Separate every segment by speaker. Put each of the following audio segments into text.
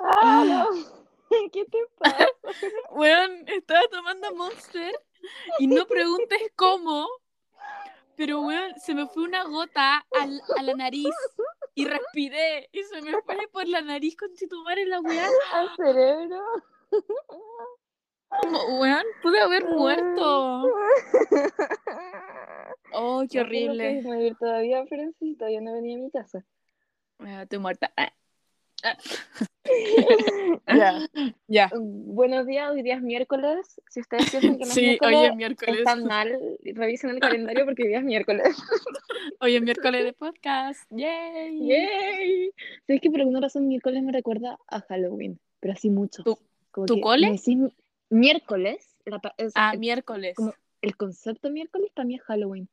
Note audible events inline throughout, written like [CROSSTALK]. Speaker 1: Ah,
Speaker 2: [LAUGHS] ¿Qué te pasa?
Speaker 1: Weón, estaba tomando Monster y no preguntes cómo, pero weón, se me fue una gota al- a la nariz y respiré y se me fue por la nariz con en la weá.
Speaker 2: Al cerebro.
Speaker 1: Como, weón, pude haber
Speaker 2: [LAUGHS]
Speaker 1: muerto. Oh, qué horrible.
Speaker 2: No puedo ir todavía, pero sí, todavía no venía a mi casa.
Speaker 1: Ah, Estoy muerta. Ah,
Speaker 2: [LAUGHS] Ya.
Speaker 1: Ya.
Speaker 2: Mm, Buenos días, hoy día es miércoles. Si ustedes piensan que no es
Speaker 1: Sí, hoy
Speaker 2: miércoles,
Speaker 1: es miércoles.
Speaker 2: están mal, revisen el calendario porque hoy día es
Speaker 1: [LAUGHS]
Speaker 2: miércoles.
Speaker 1: Hoy es miércoles de podcast. Yay.
Speaker 2: ¡Yay! ¿Sabes que por alguna razón miércoles me recuerda a Halloween? Pero así mucho.
Speaker 1: ¿Tu-
Speaker 2: Como
Speaker 1: tu
Speaker 2: que
Speaker 1: cole?
Speaker 2: me decís mi- miércoles. la pa- es-
Speaker 1: Ah,
Speaker 2: el,
Speaker 1: miércoles.
Speaker 2: como- el concepto miércoles para mí es Halloween.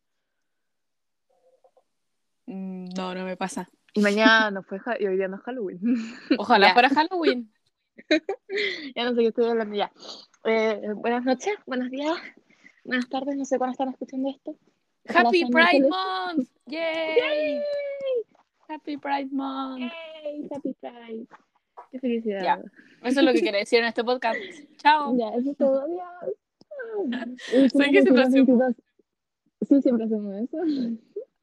Speaker 1: Mm, No, no me
Speaker 2: [LAUGHS]
Speaker 1: pasa.
Speaker 2: Y mañana no fue ja- y hoy día no es Halloween. [LAUGHS]
Speaker 1: Ojalá
Speaker 2: Ya.
Speaker 1: fuera Halloween.
Speaker 2: ya no sé qué estoy hablando ya. Eh, buenas noches, buenos días, buenas tardes, no sé cuándo están escuchando esto. Ojalá
Speaker 1: Happy
Speaker 2: sea
Speaker 1: Pride
Speaker 2: miércoles.
Speaker 1: Month. Yay. Happy Pride Month.
Speaker 2: ¡Yay! Happy Pride. Qué felicidad.
Speaker 1: Ya. Eso es lo que quería decir en este podcast. Chao.
Speaker 2: Ya, eso es todo. Adiós. Y
Speaker 1: [LAUGHS] Sé que siempre hacemos-
Speaker 2: 22. Sí, siempre hacemos eso.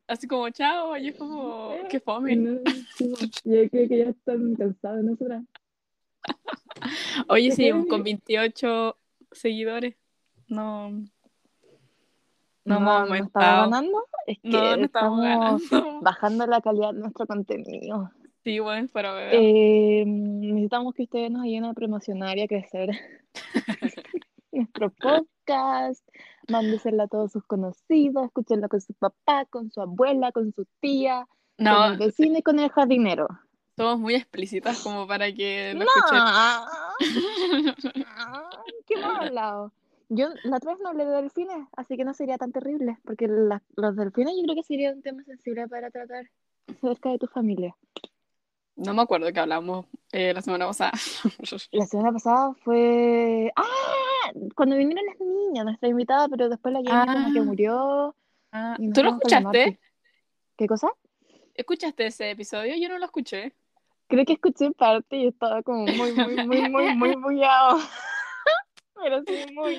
Speaker 1: Así como chao, yo es como que fome.
Speaker 2: No, sí, Yo creo que ya están cansados de nosotras.
Speaker 1: Oye, sí, con 28 seguidores. No,
Speaker 2: no
Speaker 1: no, hemos
Speaker 2: estamos
Speaker 1: aumentado.
Speaker 2: ganando. Es que
Speaker 1: No, no estamos
Speaker 2: estamos
Speaker 1: ganando.
Speaker 2: bajando la calidad de nuestro contenido.
Speaker 1: Sí, bueno, pero eh,
Speaker 2: Eh, necesitamos que ustedes nos ayuden a promocionar y a
Speaker 1: [LAUGHS]
Speaker 2: crecer nuestro podcast. Mándesela a todos sus conocidos, escúchenlo con su papá, con su abuela, con su tía, con
Speaker 1: no,
Speaker 2: el vecino y con el jardinero.
Speaker 1: somos muy explícitas como para que
Speaker 2: No,
Speaker 1: eh, lo [LAUGHS] escuchen.
Speaker 2: ¿qué hemos hablado? Yo la otra vez no hablé de delfines, así que no sería tan terrible, porque la- los delfines yo creo que sería un tema sensible para tratar cerca de tu familia.
Speaker 1: No me acuerdo que hablamos eh, la semana pasada.
Speaker 2: La semana pasada fue. ¡Ah! Cuando vinieron las niñas, nuestra invitada, pero después la Jenny como que
Speaker 1: Ah.
Speaker 2: murió.
Speaker 1: Ah,
Speaker 2: y nos
Speaker 1: ¿Tú lo
Speaker 2: quedamos con la
Speaker 1: escuchaste?
Speaker 2: Marti. ¿Qué cosa?
Speaker 1: ¿Escuchaste ese episodio? Yo no lo escuché.
Speaker 2: Creo que escuché parte y estaba como muy, muy, muy, muy,
Speaker 1: [LAUGHS]
Speaker 2: muy bugueado. [LAUGHS] Pero sí, muy.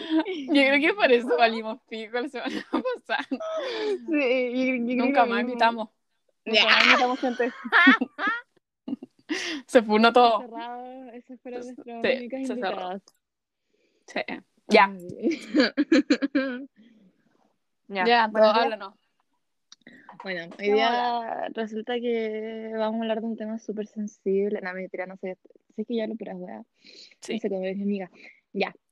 Speaker 1: Yo creo que por eso valimos pico la semana [LAUGHS] pasada.
Speaker 2: Sí, y- y- y-
Speaker 1: Nunca
Speaker 2: y-
Speaker 1: más
Speaker 2: y-
Speaker 1: invitamos.
Speaker 2: Nunca más invitamos
Speaker 1: [LAUGHS]
Speaker 2: gente.
Speaker 1: Se funó todo.
Speaker 2: Cerrado, esas fueron nuestras
Speaker 1: Oh. Sí,
Speaker 2: únicas
Speaker 1: se cerró.
Speaker 2: invitadas.
Speaker 1: Sí. Ya.
Speaker 2: Ay. [LAUGHS]
Speaker 1: Ya,
Speaker 2: buenos días.
Speaker 1: háblanos.
Speaker 2: Bueno, hoy
Speaker 1: Ya,
Speaker 2: día resulta que vamos a hablar de un tema súper sensible. No, mentira, no sé. Sé que ya lo puras, weá.
Speaker 1: Sí.
Speaker 2: No sé cómo eres mi amiga.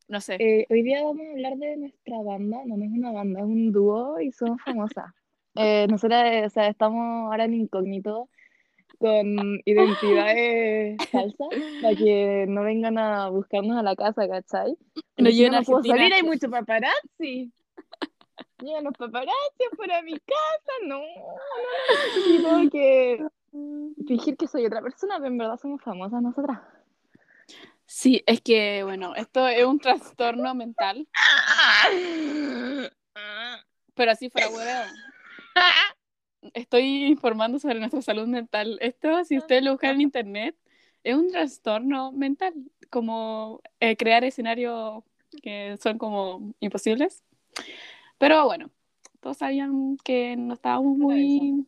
Speaker 1: No sé.
Speaker 2: Eh, hoy día vamos a hablar de nuestra banda. No, no es una banda, es un dúo y somos famosas. Eh, nosotras, eh, o sea, estamos ahora en incógnito con
Speaker 1: [LAUGHS]
Speaker 2: identidades falsas para que no vengan a buscarnos a la casa, ¿cachai? Porque si
Speaker 1: lleguen
Speaker 2: no,
Speaker 1: a
Speaker 2: no puedo
Speaker 1: Argentina.
Speaker 2: salir, hay mucho paparazzi. Llegan los paparazzi fuera de mi casa, no. no, no, no. Y tengo que fingir que soy otra persona, pero en verdad somos famosas nosotras.
Speaker 1: Sí, es que, bueno, esto es un trastorno mental, Ah. pero así fuera huevo. Ah. Estoy informando sobre nuestra salud mental. Esto, si ustedes lo buscan en internet, es un trastorno mental, como eh, crear escenarios que son como imposibles. Pero bueno, todos sabían que no estábamos muy...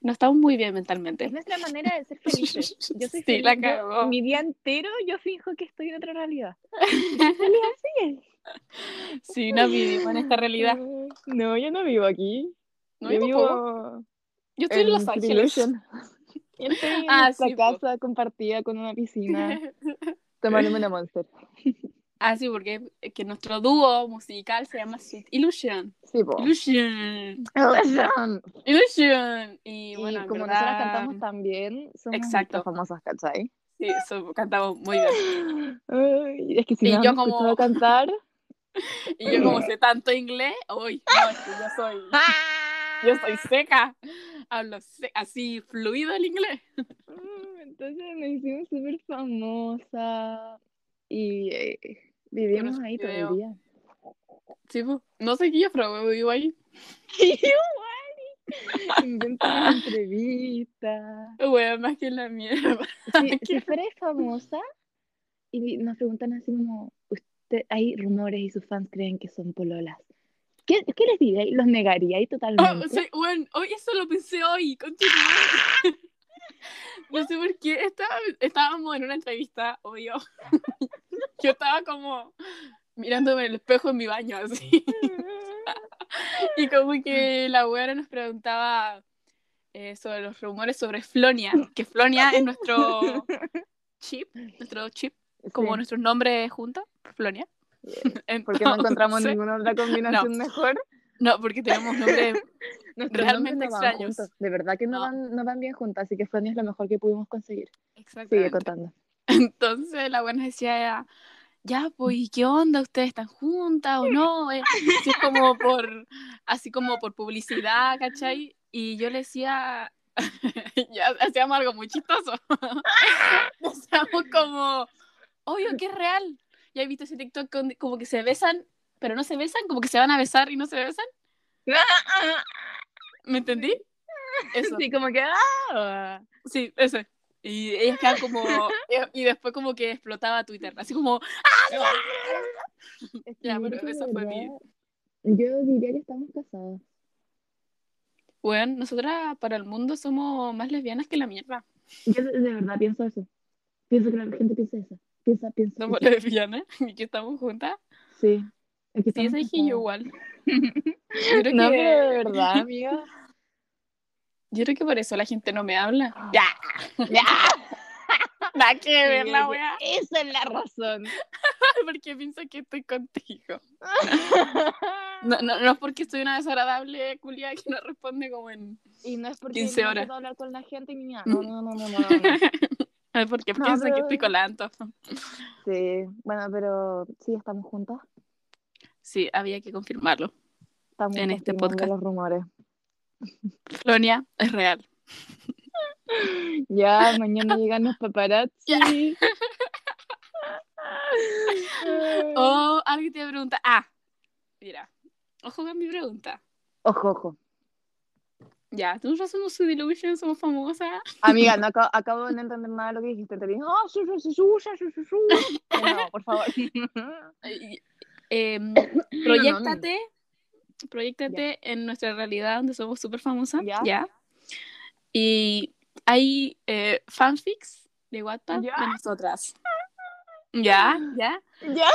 Speaker 1: No estábamos muy bien mentalmente.
Speaker 2: Es nuestra manera de
Speaker 1: [LAUGHS]
Speaker 2: ser felices. Yo soy
Speaker 1: Sí, la
Speaker 2: yo-
Speaker 1: cagó.
Speaker 2: mi día entero yo fijo que estoy en otra
Speaker 1: [LAUGHS]
Speaker 2: realidad. Y soy feliz así.
Speaker 1: Sí, no vivimos en esta realidad.
Speaker 2: No, yo no vivo aquí.
Speaker 1: No,
Speaker 2: yo
Speaker 1: yo tampoco.
Speaker 2: vivo
Speaker 1: Yo estoy en Los Ángeles.
Speaker 2: Privilegian. Yo estoy en
Speaker 1: Ah,
Speaker 2: esta
Speaker 1: sí, po.
Speaker 2: casa compartida con una
Speaker 1: [LAUGHS]
Speaker 2: piscina tomándome una Monster.
Speaker 1: [LAUGHS] Ah, sí, porque es que nuestro dúo musical se llama Sweet Illusion.
Speaker 2: Sí, po.
Speaker 1: [LAUGHS]
Speaker 2: [LAUGHS]
Speaker 1: Illusion.
Speaker 2: Illusion.
Speaker 1: Illusion. Y
Speaker 2: Y
Speaker 1: bueno, en
Speaker 2: como
Speaker 1: verdad,
Speaker 2: nosotras cantamos también, somos
Speaker 1: Exacto.
Speaker 2: Exacto. famosas, ¿cachai?
Speaker 1: Sí, eso, cantamos muy bien.
Speaker 2: Ay, es que si
Speaker 1: Y
Speaker 2: no
Speaker 1: yo
Speaker 2: han
Speaker 1: como-
Speaker 2: escuchado
Speaker 1: [LAUGHS]
Speaker 2: cantar...
Speaker 1: Y yo como sé tanto inglés, hoy, no, es que yo soy, yo soy seca. Hablo se- así fluido el inglés.
Speaker 2: Mm, Entonces nos hicimos súper famosa y eh, vivimos
Speaker 1: los
Speaker 2: ahí todo
Speaker 1: videos.
Speaker 2: el día.
Speaker 1: Sí, po. no sé qué yo, pero vivo ahí.
Speaker 2: Inventamos entrevistas.
Speaker 1: [LAUGHS] Wea, más que la mierda. [LAUGHS]
Speaker 2: Si,
Speaker 1: Qué-
Speaker 2: si fueras famosa, y nos preguntan así como, usted, hay rumores y sus fans creen que son pololas. ¿Qué, qué les diréis? ¿Los negaríais
Speaker 1: [LAUGHS]
Speaker 2: totalmente?
Speaker 1: Oh, sí, bueno, hoy eso lo pensé hoy, conchito. No sé por qué, estaba, estábamos en una entrevista, obvio. [LAUGHS] Yo estaba como mirándome en el espejo en mi baño, así.
Speaker 2: [LAUGHS]
Speaker 1: Y
Speaker 2: Mm.
Speaker 1: como que la abuela nos preguntaba eh, sobre los rumores sobre Flonia, que Flonia es
Speaker 2: [LAUGHS]
Speaker 1: nuestro chip, nuestro chip, como
Speaker 2: Sí.
Speaker 1: nuestros nombres juntos, Flonia. [LAUGHS]
Speaker 2: Porque no encontramos
Speaker 1: Entonces-
Speaker 2: ninguna
Speaker 1: [LAUGHS]
Speaker 2: otra combinación mejor.
Speaker 1: No, porque tenemos nombres
Speaker 2: [LAUGHS] Nuestros
Speaker 1: Realmente
Speaker 2: nombres no van
Speaker 1: extraños.
Speaker 2: juntos. De verdad que no,
Speaker 1: No.
Speaker 2: Van, no van bien juntas, así que Fanny es lo mejor que pudimos conseguir. Sigue
Speaker 1: exactamente.
Speaker 2: contando.
Speaker 1: Entonces la buena decía, ya, pues, ¿y ¿qué onda? ¿Ustedes están juntas o no? Eh, si es como por, así como por publicidad, ¿cachai? Y yo le decía, [LAUGHS] ya hacíamos algo muy chistoso. [LAUGHS] Hacíamos como, obvio que es real. Ya he visto ese TikTok con- como que se besan, pero no se besan, como que se van a besar y no se besan. Ah, ¿Me entendí? Eso.
Speaker 2: Sí, como que. ¡ah!
Speaker 1: Sí, ese. Y ellas quedan como. y después, como que explotaba Twitter. Así como.
Speaker 2: Es que
Speaker 1: Ya,
Speaker 2: yo
Speaker 1: pero
Speaker 2: creo que
Speaker 1: eso
Speaker 2: de
Speaker 1: fue
Speaker 2: verdad,
Speaker 1: mi-
Speaker 2: Yo diría que estamos casados.
Speaker 1: Bueno, nosotras para el mundo somos más lesbianas que
Speaker 2: [LAUGHS]
Speaker 1: la mierda.
Speaker 2: Yo de, de verdad pienso eso. Pienso que la gente piensa eso. Piensa, piensa.
Speaker 1: Somos
Speaker 2: piensa.
Speaker 1: lesbianas [LAUGHS] y que estamos juntas.
Speaker 2: Sí. Aquí
Speaker 1: Sí,
Speaker 2: estamos
Speaker 1: esa dije yo
Speaker 2: casados. [LAUGHS]
Speaker 1: igual. Yo creo,
Speaker 2: No,
Speaker 1: que,
Speaker 2: pero de verdad,
Speaker 1: [LAUGHS]
Speaker 2: amiga.
Speaker 1: yo creo que por eso la gente no me
Speaker 2: [LAUGHS]
Speaker 1: habla.
Speaker 2: Ya. [LAUGHS] Ya.
Speaker 1: Nada que ver
Speaker 2: Sí,
Speaker 1: la
Speaker 2: oye,
Speaker 1: wea.
Speaker 2: Esa es la razón.
Speaker 1: Porque piensa que estoy contigo. [LAUGHS] No, no, no es porque soy una desagradable culia que no responde como en.
Speaker 2: y no es porque
Speaker 1: 15
Speaker 2: no
Speaker 1: horas. Mm.
Speaker 2: puedo hablar con la gente ni nada. No, no, no, no, no. no, no.
Speaker 1: [LAUGHS] Es porque
Speaker 2: No,
Speaker 1: piensa que
Speaker 2: pero-
Speaker 1: estoy colando.
Speaker 2: Sí, bueno, pero sí, estamos juntas.
Speaker 1: Sí, había que confirmarlo.
Speaker 2: Estamos
Speaker 1: En este
Speaker 2: confirmando
Speaker 1: podcast.
Speaker 2: los rumores.
Speaker 1: Flonia es real.
Speaker 2: [LAUGHS] Ya, mañana llegan los paparazzi.
Speaker 1: O Oh, alguien te pregunta, ah, mira, ojo con mi pregunta.
Speaker 2: [LAUGHS] Ojo, ojo.
Speaker 1: Ya, tú razón no soy delusion, somos famosas.
Speaker 2: Amiga, no acabo, acabo de no entender nada de lo que dijiste. Te dije, ah, su, su, su, su, su, su, su, su". No, por favor.
Speaker 1: Eh, eh,
Speaker 2: [COUGHS]
Speaker 1: proyectate, proyectate en nuestra realidad donde somos súper famosas.
Speaker 2: Ya.
Speaker 1: Ya. Y hay eh, fanfics de Wattpad
Speaker 2: Ya.
Speaker 1: de
Speaker 2: [LAUGHS]
Speaker 1: nosotras. Ya, ya.
Speaker 2: [LAUGHS] Ya.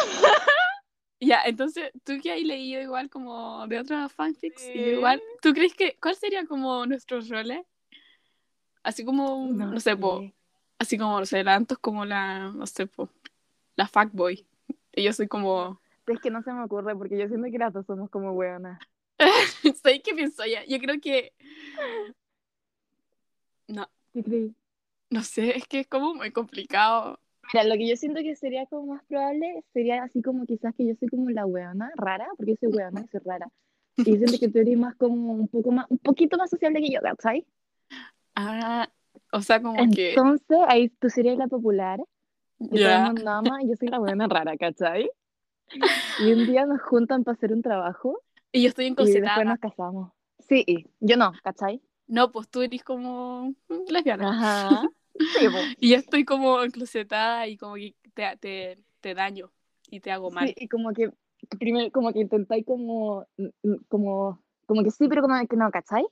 Speaker 1: Ya, entonces, tú que has leído igual como de otros fanfics, y yo
Speaker 2: Sí.
Speaker 1: igual, ¿tú crees que cuál sería como nuestros roles? Así como, no, sé, po, así como, no sé, la Anto es como la, no sé, po, la fuckboy. Y yo soy como,
Speaker 2: Es que no se me ocurre porque yo siento que las dos somos como hueonas.
Speaker 1: [LAUGHS] ¿sabes qué pienso ya? Yo creo que,
Speaker 2: ¿Qué creí?
Speaker 1: no sé, es que es como muy complicado.
Speaker 2: Mira, lo que yo siento que sería como más probable sería así como quizás que yo soy como la hueona rara, porque yo soy hueona y soy rara. Y yo siento que tú eres más como un poco más, un poquito más sociable que yo, ¿sabes?
Speaker 1: Ah, o sea, como que,
Speaker 2: Entonces, ahí tú serías la popular, y todo el
Speaker 1: ya,
Speaker 2: mundo ama, y yo soy la buena rara, ¿cachai? Y un día nos juntan para hacer un trabajo,
Speaker 1: y yo estoy
Speaker 2: y después
Speaker 1: encosetada.
Speaker 2: nos casamos. Sí, y yo no, ¿cachai?
Speaker 1: No, pues tú eres como mm, lesbiana.
Speaker 2: Ah. Ajá. [LAUGHS] Sí, po.
Speaker 1: Y ya estoy como enclosetada y como que te, te, te daño y te hago mal.
Speaker 2: Sí, y como que, primero, como que intentáis como, mm, como, como que sí, pero como que no, ¿cachai?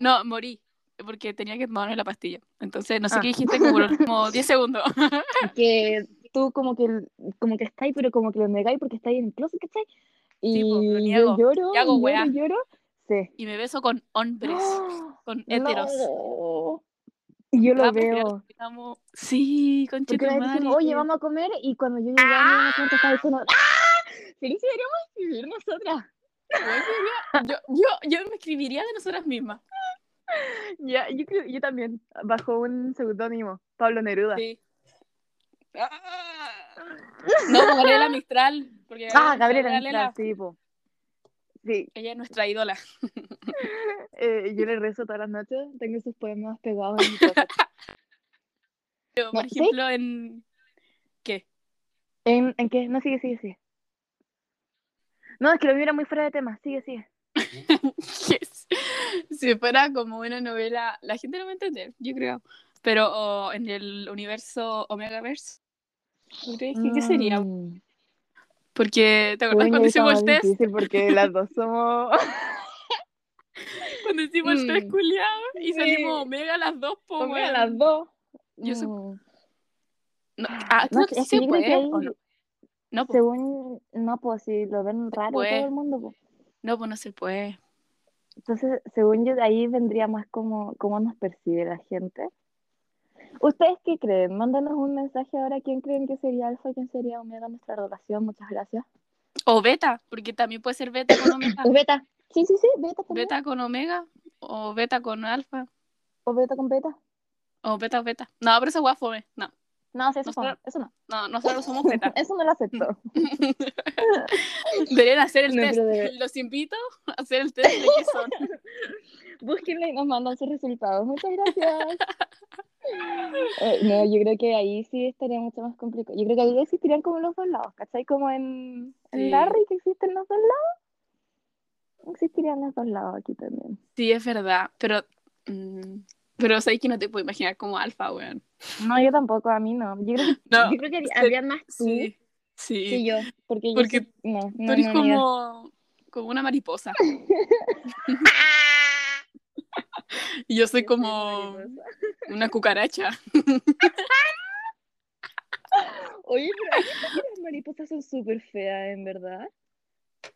Speaker 1: No, morí, porque tenía que tomarme la pastilla. Entonces, no sé
Speaker 2: Ah.
Speaker 1: qué dijiste como por los
Speaker 2: [LAUGHS]
Speaker 1: últimos 10 segundos.
Speaker 2: que tú como que como que estáis, pero como que lo negáis porque estáis en el closet, ¿cachai? Y
Speaker 1: Sí, po, lo
Speaker 2: yo
Speaker 1: niego,
Speaker 2: lloro,
Speaker 1: y hago
Speaker 2: y
Speaker 1: weá.
Speaker 2: lloro, lloro. Sí.
Speaker 1: Y me beso con
Speaker 2: [GASPS]
Speaker 1: hombres,
Speaker 2: ¡Ah!
Speaker 1: con Ah, héteros.
Speaker 2: No. Y yo lo
Speaker 1: Vamos,
Speaker 2: veo.
Speaker 1: Gerardo, vamos. Sí, con
Speaker 2: Porque una vez dijimos, oye, vamos a comer, y cuando yo llegué a mi casa estaba diciendo, ¡ah! Feliz deberíamos vivir nosotras.
Speaker 1: Yo, yo, yo me escribiría de nosotras mismas.
Speaker 2: Ya, yo creo, yo también, bajo un seudónimo, Pablo Neruda.
Speaker 1: Sí. Ah. No, con Gabriela Mistral. Porque
Speaker 2: Ah, Gabriela,
Speaker 1: Mistral,
Speaker 2: Mistral, sí, po. Sí,
Speaker 1: Ella es nuestra ídola.
Speaker 2: eh, yo le rezo todas las noches, tengo sus poemas pegados
Speaker 1: [LAUGHS]
Speaker 2: en mi casa.
Speaker 1: Pero, por
Speaker 2: No, ¿sí?
Speaker 1: ejemplo, en... ¿Qué?
Speaker 2: ¿En, en qué? No, sigue, sigue, sigue. No, es que lo mío era muy fuera de tema. Sigue, sigue.
Speaker 1: Yes. Si fuera como una novela, la gente no va a entender, yo creo. Pero o en el universo Omegaverse, ¿Tú crees que qué sería?
Speaker 2: Mm.
Speaker 1: Porque, ¿te acuerdas
Speaker 2: Uy,
Speaker 1: cuando
Speaker 2: está
Speaker 1: hicimos el
Speaker 2: más
Speaker 1: test?
Speaker 2: difícil porque las dos
Speaker 1: [LAUGHS]
Speaker 2: somos.
Speaker 1: Cuando hicimos el test
Speaker 2: Mm.
Speaker 1: culiado y
Speaker 2: Sí.
Speaker 1: salimos omega las dos, po,
Speaker 2: Pongan
Speaker 1: weón.
Speaker 2: las dos.
Speaker 1: Yo soy-
Speaker 2: Mm.
Speaker 1: No, ah,
Speaker 2: No,
Speaker 1: creo
Speaker 2: es
Speaker 1: que sí
Speaker 2: que
Speaker 1: se
Speaker 2: yo creo que
Speaker 1: puede,
Speaker 2: ahí-
Speaker 1: ¿o no? No, pues. po,
Speaker 2: Según, no, pues si lo ven raro
Speaker 1: Pues.
Speaker 2: todo el mundo, pues.
Speaker 1: no, po, no se puede.
Speaker 2: Entonces, según yo, de ahí vendría más como cómo nos percibe la gente. ¿Ustedes qué creen? Mándanos un mensaje ahora. ¿Quién creen que sería alfa y quién sería omega en nuestra relación? Muchas gracias.
Speaker 1: O beta, porque también puede ser beta con omega.
Speaker 2: Pues beta. Sí, sí, sí, beta también.
Speaker 1: Ah. Beta con omega, o beta con alfa,
Speaker 2: ¿O beta con beta?
Speaker 1: o beta o beta. No, pero eso guafome. No,
Speaker 2: No, sí, eso,
Speaker 1: Nosotros-
Speaker 2: fue- eso no.
Speaker 1: no, nosotros somos beta.
Speaker 2: [LAUGHS] Eso no lo acepto.
Speaker 1: Deberían hacer el
Speaker 2: No,
Speaker 1: test.
Speaker 2: pero de-
Speaker 1: Los invito a hacer el test de qué son.
Speaker 2: Búsquenlo y nos mandan sus resultados. Muchas
Speaker 1: [LAUGHS]
Speaker 2: gracias. Eh, no, yo creo que ahí sí estaría mucho más complicado. Yo creo que ahí existirían como los dos lados, ¿cachai? Como en, en
Speaker 1: Sí.
Speaker 2: Larry, que existen los dos lados. Existirían los dos lados aquí también.
Speaker 1: Sí, es verdad, pero. mm, pero sabéis que no te puedo imaginar como alfa, weón.
Speaker 2: No, yo tampoco, a mí no. Yo creo que,
Speaker 1: No,
Speaker 2: yo creo que habrían más tú
Speaker 1: Sí, sí.
Speaker 2: que yo. Porque, yo
Speaker 1: Porque
Speaker 2: sí- no, no,
Speaker 1: Tú eres
Speaker 2: no,
Speaker 1: [LAUGHS]
Speaker 2: [LAUGHS] amiga.
Speaker 1: como, como una mariposa. Y yo soy
Speaker 2: Yo soy
Speaker 1: como
Speaker 2: mariposa.
Speaker 1: una cucaracha.
Speaker 2: Oye, pero hay gente que las mariposas son súper feas, en verdad.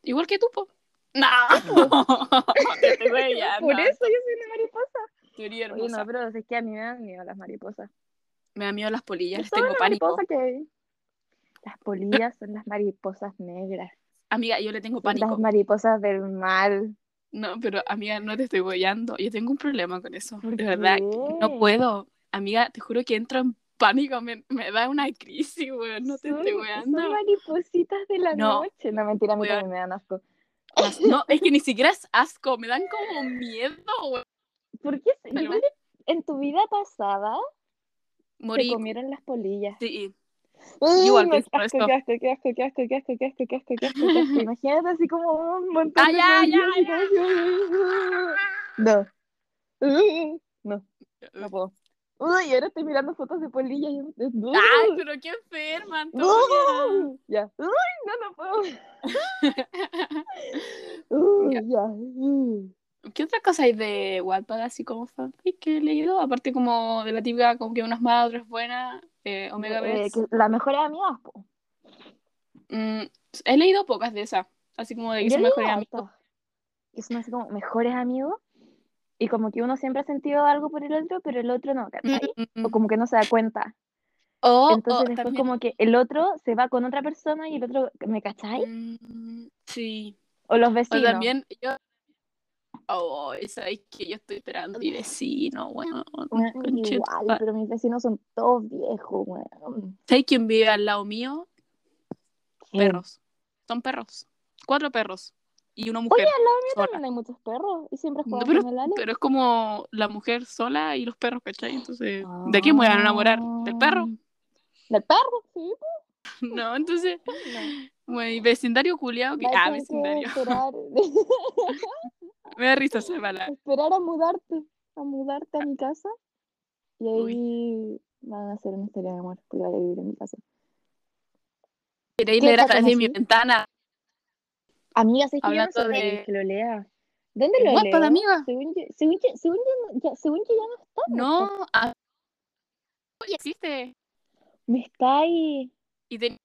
Speaker 1: Igual que tú, po.
Speaker 2: [LAUGHS]
Speaker 1: No. [LAUGHS] Te estoy weyando.
Speaker 2: Por eso yo soy una mariposa.
Speaker 1: Tú eres
Speaker 2: Oye,
Speaker 1: hermosa.
Speaker 2: no, pero es que a mí me dan miedo las mariposas.
Speaker 1: Me da miedo las polillas, les
Speaker 2: Son
Speaker 1: tengo
Speaker 2: las
Speaker 1: pánico.
Speaker 2: mariposas que... Las polillas son las mariposas negras.
Speaker 1: Amiga, yo le tengo
Speaker 2: Las
Speaker 1: pánico.
Speaker 2: mariposas del mal.
Speaker 1: No, pero amiga, no te estoy weyando. Yo tengo un problema con eso.
Speaker 2: ¿Por
Speaker 1: De verdad,
Speaker 2: qué?
Speaker 1: no puedo. Amiga, te juro que entro en pánico. Me, me da una crisis, weón. No te
Speaker 2: son,
Speaker 1: estoy
Speaker 2: son
Speaker 1: weyando.
Speaker 2: maripositas de la
Speaker 1: No.
Speaker 2: noche. No, mentira, a mí
Speaker 1: Weón.
Speaker 2: también me dan asco.
Speaker 1: Las- No, es que ni siquiera es asco. Me dan como miedo, weón.
Speaker 2: ¿Por qué?
Speaker 1: Pero-
Speaker 2: Igual en tu vida pasada te
Speaker 1: Morí.
Speaker 2: comieron las polillas.
Speaker 1: Sí.
Speaker 2: ¡Uy,
Speaker 1: igual
Speaker 2: no,
Speaker 1: pienso
Speaker 2: qué asco,
Speaker 1: eso.
Speaker 2: qué asco, qué asco, qué asco, qué asco, qué asco, qué asco, qué asco, qué
Speaker 1: [LAUGHS]
Speaker 2: asco. Imagínate así como un montón
Speaker 1: Ah,
Speaker 2: de
Speaker 1: ya, ya,
Speaker 2: polillas y como así, No. No, no puedo. Uy, ahora estoy mirando fotos de polillas. y-
Speaker 1: Ay, pero qué enferma, Antonia.
Speaker 2: Uh, Ya. Uy, no, no
Speaker 1: [LAUGHS]
Speaker 2: puedo. Uh,
Speaker 1: Ya.
Speaker 2: ya. uh.
Speaker 1: ¿Qué otra cosa hay de Wattpad así como fanfic que he leído? Aparte como de la típica, como que unas malas, otras buenas, eh, Omega
Speaker 2: Eh,
Speaker 1: Best.
Speaker 2: que La mejor amiga. po.
Speaker 1: Mm, he leído pocas de esas, así como de que
Speaker 2: Yo
Speaker 1: son
Speaker 2: leí
Speaker 1: mejores amigos.
Speaker 2: harto. Que son así como mejores amigos. Y como que uno siempre ha sentido algo por el otro, pero el otro no, ¿cachai?
Speaker 1: Mm,
Speaker 2: O
Speaker 1: mm.
Speaker 2: como que no se da cuenta.
Speaker 1: O,
Speaker 2: Entonces
Speaker 1: o
Speaker 2: después
Speaker 1: también-
Speaker 2: como que el otro se va con otra persona y el otro, ¿me cachai?
Speaker 1: Mm, sí.
Speaker 2: O los
Speaker 1: O
Speaker 2: vecinos.
Speaker 1: también yo... Oh, sabéis que yo estoy esperando a mi vecino, weón. [LAUGHS] Ah,
Speaker 2: Bueno,
Speaker 1: Conchetumare.
Speaker 2: igual, pero mis vecinos son todos viejos, weón.
Speaker 1: ¿Sabéis quién vive al lado mío?
Speaker 2: ¿Quién?
Speaker 1: Perros. Son perros. Cuatro perros. Y una
Speaker 2: Oye,
Speaker 1: mujer. [LAUGHS]
Speaker 2: al lado mío
Speaker 1: sola.
Speaker 2: también hay muchos perros y siempre
Speaker 1: No,
Speaker 2: juegan
Speaker 1: pero-
Speaker 2: con el ale.
Speaker 1: Pero es como la mujer sola y los perros, ¿cachai? Entonces, ¿de qué me van a enamorar? ¿Del perro?
Speaker 2: Ah. Del perro, sí.
Speaker 1: [LAUGHS] No, entonces,
Speaker 2: pues, no.
Speaker 1: bueno, y vecindario culiado que.
Speaker 2: Va a
Speaker 1: Ah,
Speaker 2: tener que
Speaker 1: vecindario.
Speaker 2: esperar,
Speaker 1: [LAUGHS] Me da risa esa palabra.
Speaker 2: esperar a mudarte, a mudarte a mi casa. Y ahí van a hacer una historia de amor, porque voy a vivir en mi casa.
Speaker 1: Quería
Speaker 2: ¿Qué
Speaker 1: leer a
Speaker 2: está
Speaker 1: través de mi
Speaker 2: como así?
Speaker 1: ventana.
Speaker 2: Amigas, es que yo no
Speaker 1: Hablando
Speaker 2: sé
Speaker 1: de-
Speaker 2: de... que lo lea. ¿Dónde lo
Speaker 1: Guapa,
Speaker 2: leo?
Speaker 1: amiga.
Speaker 2: Según yo, según yo, según yo, no- ya, según yo ya no está. pues,
Speaker 1: No, a... Oye, existe.
Speaker 2: Me está ahí.
Speaker 1: Y te-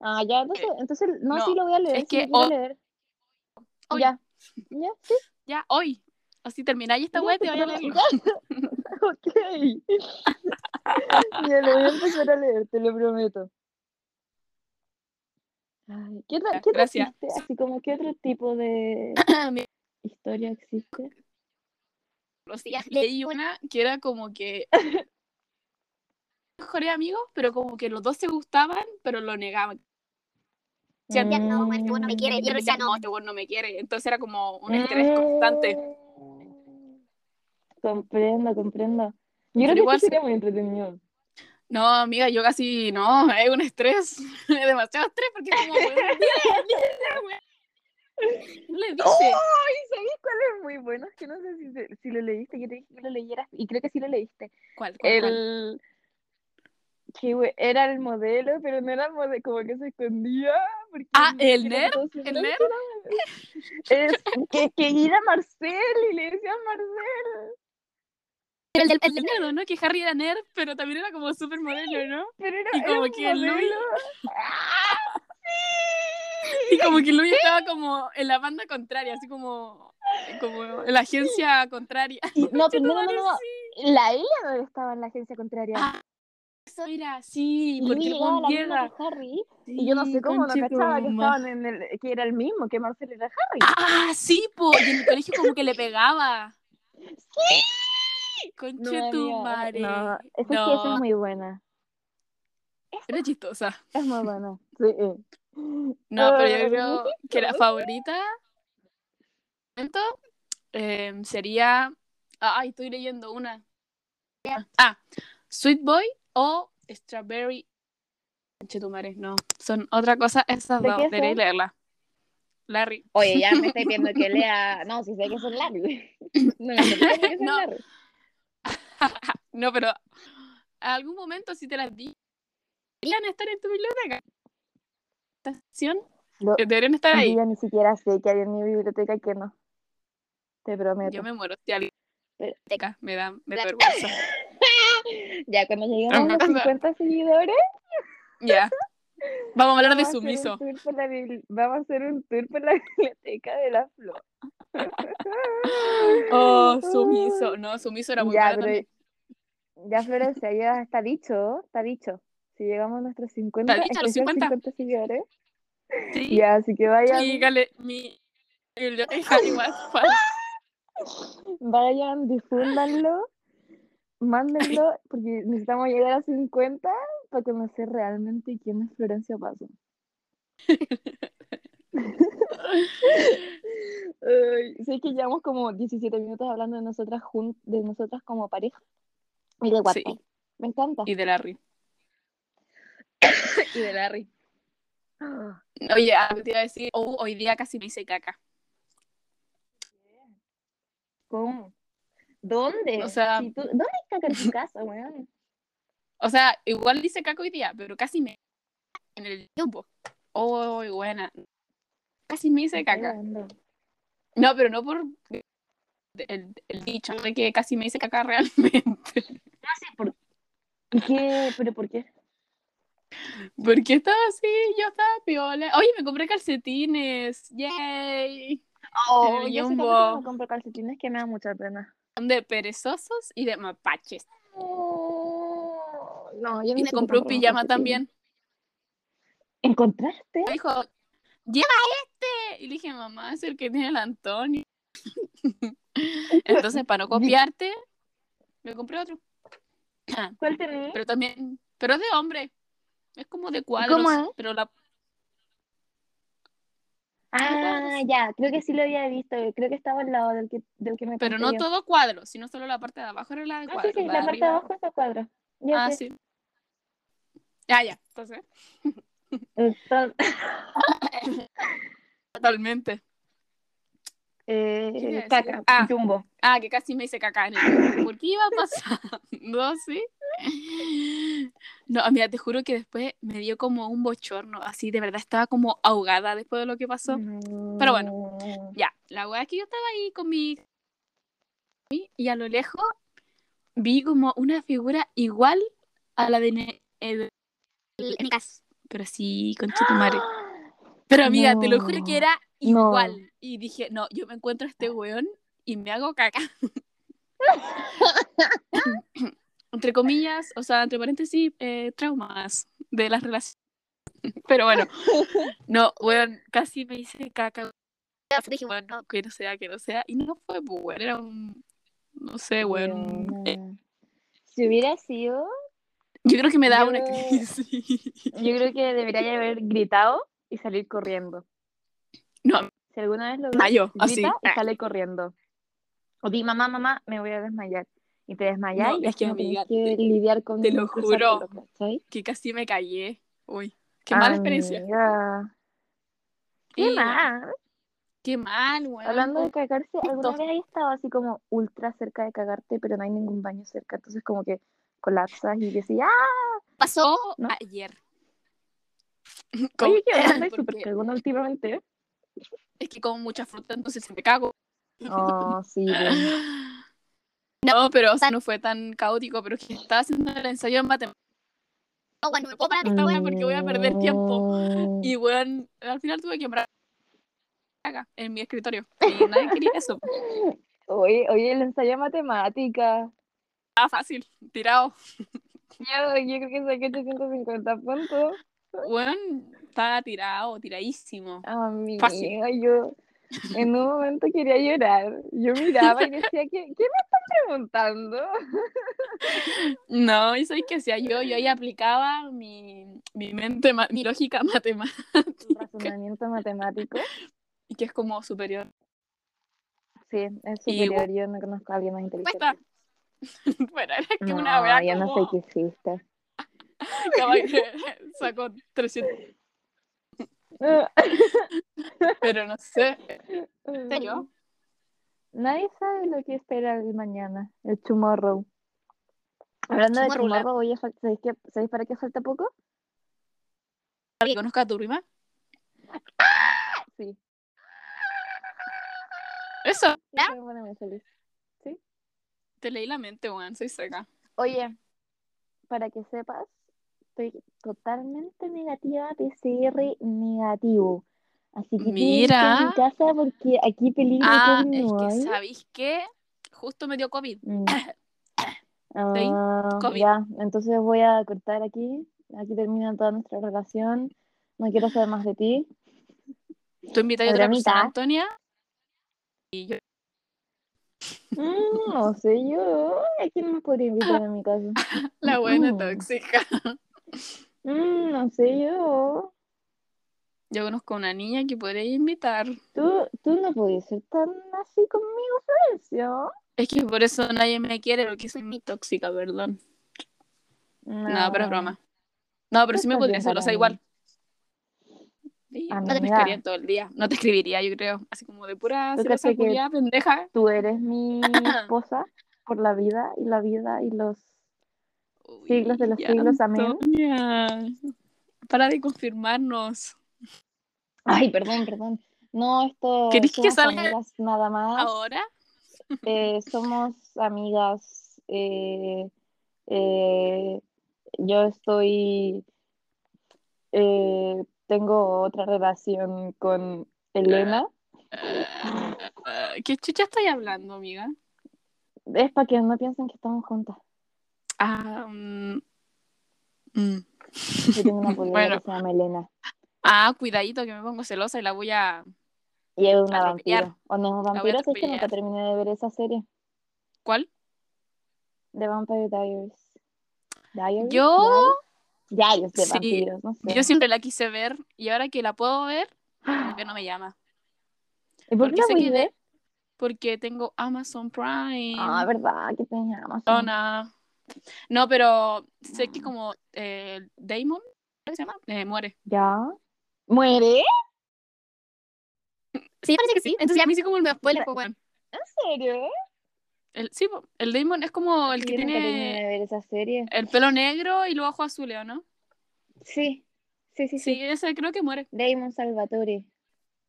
Speaker 2: Ah, ya, entonces, entonces no,
Speaker 1: no,
Speaker 2: sí lo voy a leer.
Speaker 1: es
Speaker 2: sí
Speaker 1: que
Speaker 2: lo quiero
Speaker 1: hoy-
Speaker 2: leer.
Speaker 1: hoy.
Speaker 2: Ya. Ya, sí.
Speaker 1: Ya, hoy. Así termináis esta
Speaker 2: Ya,
Speaker 1: weá y te
Speaker 2: te
Speaker 1: voy a
Speaker 2: toca.
Speaker 1: leer.
Speaker 2: Ok. [LAUGHS] Ya lo voy a empezar a leer, te lo prometo. Ay, ¿qué otra-
Speaker 1: Ya,
Speaker 2: qué otra
Speaker 1: gracias.
Speaker 2: existe? Así como, ¿qué otro tipo
Speaker 1: [COUGHS]
Speaker 2: de historia existe?
Speaker 1: Los días leí una que era como
Speaker 2: [LAUGHS]
Speaker 1: que mejores amigos, pero como que los dos se gustaban, pero lo negaban. Ya
Speaker 2: Mm.
Speaker 1: no, este güey no me quiere, y otro decía, no, este güey no me quiere. Entonces era como un estrés constante.
Speaker 2: Mm. Comprendo, comprendo. Yo creo que
Speaker 1: igual
Speaker 2: igual
Speaker 1: se-
Speaker 2: sería muy
Speaker 1: [LAUGHS]
Speaker 2: entretenido.
Speaker 1: No, amiga, yo casi no, es un estrés, [LAUGHS] es demasiado estrés porque es como, güey, dile,
Speaker 2: [LAUGHS]
Speaker 1: dile, güey. No le dice.
Speaker 2: Ay, ¿sabes cuál es muy bueno? Es que no sé si, se- si lo leíste, yo te dije que lo leyeras, y creo que sí lo leíste.
Speaker 1: ¿Cuál, cuál, cuál?
Speaker 2: El... que we- era el modelo, pero no era modelo, como que se escondía. Porque
Speaker 1: Ah, el
Speaker 2: era
Speaker 1: nerd,
Speaker 2: todo su-
Speaker 1: el nerd.
Speaker 2: Es que, que era Marcel y le decía Marcel.
Speaker 1: Pero el, el nerdo, ¿no? Que Harry era nerd, pero también era como supermodelo, ¿no?
Speaker 2: Pero era,
Speaker 1: Y
Speaker 2: era
Speaker 1: como
Speaker 2: un
Speaker 1: que Louis-
Speaker 2: modelo. ¡Ah!
Speaker 1: Y como que Louis estaba como en la banda contraria, así como, como en la agencia contraria.
Speaker 2: Y- [LAUGHS] no, pero no, no,
Speaker 1: Chetumare,
Speaker 2: no, no.
Speaker 1: sí.
Speaker 2: La Elia no estaba en la agencia contraria.
Speaker 1: Ah, Eso era, sí,
Speaker 2: y yo
Speaker 1: porque el
Speaker 2: llegaba a
Speaker 1: Juan
Speaker 2: la misma
Speaker 1: llega.
Speaker 2: que Harry. Y yo no sé
Speaker 1: Sí,
Speaker 2: cómo no
Speaker 1: conche tu
Speaker 2: cachaba que
Speaker 1: ma-
Speaker 2: estaban en el, que era el mismo, que Marcel era Harry.
Speaker 1: Ah, sí, po. Y en el colegio como que le pegaba. ¡Sí!
Speaker 2: No,
Speaker 1: Conche tu
Speaker 2: amiga,
Speaker 1: madre.
Speaker 2: no, esa es que
Speaker 1: No,
Speaker 2: esa es muy buena.
Speaker 1: era chistosa.
Speaker 2: Es muy buena. Sí. eh.
Speaker 1: No, pero
Speaker 2: Ay,
Speaker 1: yo creo que la
Speaker 2: chistosa.
Speaker 1: favorita este momento, em, sería. Ay, estoy leyendo una. Ah, Sweet Boy o Strawberry. Chetumare, no. Son otra cosa esas
Speaker 2: ¿De
Speaker 1: dos.
Speaker 2: qué son?
Speaker 1: Deberéis leerla. Larry.
Speaker 2: Oye, ya [LAUGHS] me estoy viendo que lea. No, si sé que son largos. [LAUGHS] No, no sé que son
Speaker 1: No.
Speaker 2: largos.
Speaker 1: No, pero algún momento si te las di, deberían estar en tu biblioteca. Esta sección,
Speaker 2: Lo-
Speaker 1: eh, deberían estar ahí.
Speaker 2: Yo ni siquiera sé que había en mi biblioteca y que no. Te prometo.
Speaker 1: Yo me muero si alguien
Speaker 2: Pero-
Speaker 1: biblioteca me da,
Speaker 2: [LAUGHS]
Speaker 1: me da
Speaker 2: La-
Speaker 1: vergüenza.
Speaker 2: Ya cuando lleguemos a los
Speaker 1: Ajá.
Speaker 2: 50 seguidores,
Speaker 1: Ya. Vamos a hablar de
Speaker 2: vamos a, hacer un
Speaker 1: sumiso.
Speaker 2: tour por la bibli- vamos a hacer un tour por la [LAUGHS] biblioteca de la flor.
Speaker 1: Oh, sumiso. No, sumiso era muy
Speaker 2: ya,
Speaker 1: mala también.
Speaker 2: pero, ya Florencia, ya está dicho, está dicho. Si llegamos a nuestros 50,
Speaker 1: Está dicho, a los
Speaker 2: especial
Speaker 1: 50.
Speaker 2: seguidores.
Speaker 1: Sí,
Speaker 2: Ya, así que vayan,
Speaker 1: mi, gale- mi biblioteca igual.
Speaker 2: vayan, difúndanlo, mándenlo,
Speaker 1: [LAUGHS]
Speaker 2: porque necesitamos llegar a 50 para conocer realmente quién es Florencia Paso. [LAUGHS] Ay, sé que llevamos como 17 minutos hablando de nosotras jun- de nosotras como pareja y de WhatsApp. Me encanta.
Speaker 1: Y de Larry.
Speaker 2: Y de Larry.
Speaker 1: Oye, algo te iba a decir, oh, hoy día casi me hice caca.
Speaker 2: ¿Cómo? ¿Dónde?
Speaker 1: O sea-
Speaker 2: Si tú- ¿Dónde está en [LAUGHS] tu casa, weón?
Speaker 1: O sea, igual dice caco hoy día, pero casi me en el tiempo. Oh, buena. Casi me hice caca.
Speaker 2: Weón,
Speaker 1: No, pero no por el, el dicho de que casi me hice caca realmente. [LAUGHS]
Speaker 2: ¿Y qué? ¿Pero por qué?
Speaker 1: Porque estaba así, yo estaba piola. Oye, me compré calcetines. Yay.
Speaker 2: Oh,
Speaker 1: El
Speaker 2: yo soy
Speaker 1: Jumbo.
Speaker 2: tampoco me compro calcetines que me da mucha pena.
Speaker 1: Son de perezosos y de mapaches.
Speaker 2: Oh, No, yo
Speaker 1: Y me compré un pijama también.
Speaker 2: ¿Encontraste?
Speaker 1: Me dijo, lleva este. Y le dije, mamá, es el que tiene el Antonio. [LAUGHS] Entonces, para no copiarte, me compré otro. Ah,
Speaker 2: ¿Cuál tenés?
Speaker 1: Pero también, pero es de hombre. Es como de cuadros.
Speaker 2: ¿Cómo es?
Speaker 1: Pero la,
Speaker 2: Ah, ya, creo que sí lo había visto. Creo que estaba al lado del que, del que me
Speaker 1: pero
Speaker 2: compré
Speaker 1: no
Speaker 2: yo.
Speaker 1: todo cuadro, sino solo la parte de abajo era la de
Speaker 2: Ah, sí,
Speaker 1: cuadros.
Speaker 2: sí,
Speaker 1: la
Speaker 2: la
Speaker 1: de
Speaker 2: parte de
Speaker 1: arriba.
Speaker 2: abajo está cuadro. Ya
Speaker 1: Ah,
Speaker 2: sé.
Speaker 1: sí. Ya, ya. Entonces,
Speaker 2: Eh, Entonces,
Speaker 1: totalmente.
Speaker 2: eh,
Speaker 1: ¿Qué iba a
Speaker 2: caca,
Speaker 1: decir? Ah.
Speaker 2: jumbo.
Speaker 1: Ah, que casi me hice caca en el ¿Por qué iba pasando [LAUGHS] así? No, mira, te juro que después me dio como un bochorno, así de verdad estaba como ahogada después de lo que
Speaker 2: Mm.
Speaker 1: pasó. pero
Speaker 2: bueno.
Speaker 1: Ya, la weá es que yo estaba ahí con mi... Y a lo lejos vi como una figura igual a la de... Ne- el- el- Negas. Pero sí, con [GASPS] madre. Pero amiga, te lo juro
Speaker 2: No,
Speaker 1: que era
Speaker 2: no.
Speaker 1: igual. Y dije, no, yo me encuentro a este weón y me hago caca. [LAUGHS] entre comillas, o sea, entre paréntesis, eh, traumas de las relaciones. [LAUGHS] Pero bueno, no, weón, casi me hice caca. Dije, bueno, que no sea, que no sea. Y no fue, pues, weón, era un... No sé, weón.
Speaker 2: Bueno. Si hubiera sido,
Speaker 1: Yo creo que me
Speaker 2: Yo-
Speaker 1: daba una crisis. [LAUGHS]
Speaker 2: yo creo que debería haber gritado y salir corriendo.
Speaker 1: No, Ah,
Speaker 2: Si alguna vez lo vi,
Speaker 1: mayo, así.
Speaker 2: grita y sale corriendo. O di, mamá, mamá, me voy a desmayar. Y te desmayas
Speaker 1: No,
Speaker 2: y
Speaker 1: es
Speaker 2: así
Speaker 1: que,
Speaker 2: no tenés
Speaker 1: amiga,
Speaker 2: que
Speaker 1: te-
Speaker 2: lidiar con
Speaker 1: te lo
Speaker 2: cruzártelo,
Speaker 1: juro.
Speaker 2: ¿cachai?
Speaker 1: Que casi me callé. Uy, qué mala experiencia.
Speaker 2: Amiga, Ah, Qué
Speaker 1: Sí,
Speaker 2: mal.
Speaker 1: Qué mal, weón.
Speaker 2: Hablando de cagarse, ¿alguna
Speaker 1: Justo.
Speaker 2: vez has estado así como ultra cerca de cagarte, pero no hay ningún baño cerca? Entonces como que colapsas y decís, ¡ah!
Speaker 3: pasó
Speaker 1: Oh,
Speaker 2: No.
Speaker 3: ayer.
Speaker 2: Oye, yo
Speaker 1: [LAUGHS]
Speaker 2: estoy
Speaker 3: Porque-
Speaker 2: súper cagona últimamente.
Speaker 3: Es que como mucha fruta, entonces se me cago.
Speaker 2: Oh, sí, bueno.
Speaker 1: No, pero o sea, no fue tan caótico, pero que estaba haciendo el ensayo en matemáticas
Speaker 3: No, bueno, me puedo parar
Speaker 1: esta weá Ah, porque voy a perder tiempo.
Speaker 2: Mm.
Speaker 1: Y weón, al final tuve que comprar acá, en mi escritorio. Y nadie
Speaker 3: [LAUGHS]
Speaker 1: quería eso.
Speaker 2: Oye, oye, el ensayo de matemática.
Speaker 1: Estaba fácil, tirado.
Speaker 2: Yo, yo creo que saqué 850 puntos.
Speaker 1: Weón, estaba tirado, tiradísimo.
Speaker 2: Amiga,
Speaker 1: Fácil.
Speaker 2: yo en un momento quería llorar. Yo miraba y decía, ¿qué, qué me están
Speaker 1: [LAUGHS]
Speaker 2: preguntando?
Speaker 1: No, y sabes que hacía yo, yo ahí aplicaba mi, mi mente, ma- mi lógica [LAUGHS] matemática,
Speaker 2: Razonamiento matemático.
Speaker 1: que es como superior.
Speaker 2: Sí, es
Speaker 1: Y-
Speaker 2: superior. Yo no conozco a alguien más inteligente.
Speaker 1: Cuesta. [LAUGHS] Bueno, era que
Speaker 2: No,
Speaker 1: una weá
Speaker 2: yo no sé
Speaker 1: como-
Speaker 2: qué [LAUGHS] hiciste.
Speaker 1: capaz que [LAUGHS] sacó 300, pero no sé. serio?
Speaker 2: Nadie sabe lo que espera el mañana, el tomorrow. Hablando de
Speaker 3: Tomorrowland.
Speaker 2: tomorrow, hoy es fal- ¿sabéis, qué- ¿sabéis para qué falta poco?
Speaker 1: ¿Para que conozca a tu prima?
Speaker 2: Sí.
Speaker 1: Eso,
Speaker 3: ¿Ya?
Speaker 2: eso me pone muy feliz.
Speaker 1: te leí la mente, weón, soy seca.
Speaker 2: Oye, para que sepas, estoy totalmente negativa, PCR negativo. Así que tienes que estar en
Speaker 1: Mira.
Speaker 2: casa porque aquí peligro
Speaker 1: Ah,
Speaker 2: COVID
Speaker 1: es
Speaker 2: no
Speaker 1: que
Speaker 2: hay.
Speaker 1: ¿sabéis qué? Justo me dio COVID. [COUGHS]
Speaker 2: Mm.
Speaker 1: ahí,
Speaker 2: Ah,
Speaker 1: COVID.
Speaker 2: ya, entonces voy a cortar aquí. Aquí termina toda nuestra relación. No quiero saber más de ti.
Speaker 1: Tú invitas a otra
Speaker 2: Programita.
Speaker 1: persona, Antonia. Y yo,
Speaker 2: Mm, no sé yo. ¿A quién más podría invitar a mi casa?
Speaker 1: la buena
Speaker 2: Mm.
Speaker 1: tóxica. [LAUGHS]
Speaker 2: Mm, no sé yo.
Speaker 1: Yo conozco a una niña que podría invitar.
Speaker 2: Tú, tú no podías ser tan así conmigo, Florencio.
Speaker 1: Es que por eso nadie me quiere, porque soy muy tóxica, perdón. No, pero
Speaker 2: Ah.
Speaker 1: es broma. No, pero
Speaker 2: Tú
Speaker 1: sí me
Speaker 2: estás
Speaker 1: podría
Speaker 2: bien
Speaker 1: hacer, o sea,
Speaker 2: para
Speaker 1: igual. Sí, no te
Speaker 2: Amiga.
Speaker 1: pescaría todo el día. No te escribiría, yo creo. Así como de pura
Speaker 2: Yo
Speaker 1: celosa,
Speaker 2: caché que-
Speaker 1: culiá, pendeja.
Speaker 2: Tú eres [COUGHS] mi esposa por la vida y la vida y los...
Speaker 1: Uy,
Speaker 2: Siglos de los
Speaker 1: ya,
Speaker 2: siglos, amén.
Speaker 1: Antonia. Para de confirmarnos.
Speaker 2: Ay, perdón, perdón. No, esto...
Speaker 1: ¿Querés que
Speaker 2: somos
Speaker 1: salga
Speaker 2: amigas nada más.
Speaker 1: Ahora,
Speaker 2: Eh, somos amigas. eh, eh, yo estoy... eh, tengo otra relación con
Speaker 1: Ah.
Speaker 2: Elena.
Speaker 1: eh, ¿qué chucha estoy hablando, amiga?
Speaker 2: Es para que no piensen que estamos juntas.
Speaker 1: Ah, mm, mm.
Speaker 2: Yo tengo
Speaker 1: [LAUGHS]
Speaker 2: una polera
Speaker 1: Bueno.
Speaker 2: que se llama Elena.
Speaker 1: Ah, cuidadito que me pongo celosa y la voy a...
Speaker 2: Y es una
Speaker 1: Atropellar.
Speaker 2: vampira. O no es
Speaker 1: voy a
Speaker 2: vampira, es que nunca
Speaker 1: atropellar.
Speaker 2: terminé de ver esa serie.
Speaker 1: ¿Cuál?
Speaker 2: The Vampire Diaries. Diaries,
Speaker 1: Yo-
Speaker 2: Diaries, Diaries de
Speaker 1: Sí.
Speaker 2: vampiros, no sé.
Speaker 1: Yo siempre la quise ver y ahora que la puedo ver, porque
Speaker 2: [GASPS]
Speaker 1: no me llama.
Speaker 2: ¿Y por qué
Speaker 1: Porque
Speaker 2: la
Speaker 1: sé
Speaker 2: voy
Speaker 1: que
Speaker 2: a ver?
Speaker 1: de... Porque tengo Amazon Prime.
Speaker 2: Ah, verdad, que tenía Amazon.
Speaker 1: Zona. No, pero sé que como eh, Damon, ¿cómo se llama? Eh, muere.
Speaker 2: Ya. ¿Muere?
Speaker 3: Sí, parece que sí.
Speaker 1: Entonces ya me hice como el me spoiler, pues, weón.
Speaker 2: ¿En serio?
Speaker 1: El, sí, po, el Damon es como el que
Speaker 2: Yo nunca terminé
Speaker 1: tiene
Speaker 2: de ver esa serie.
Speaker 1: el pelo negro y los ojos azules, ¿o no?
Speaker 2: Sí, sí, sí, sí.
Speaker 1: Sí, ese creo que muere.
Speaker 2: Damon Salvatore.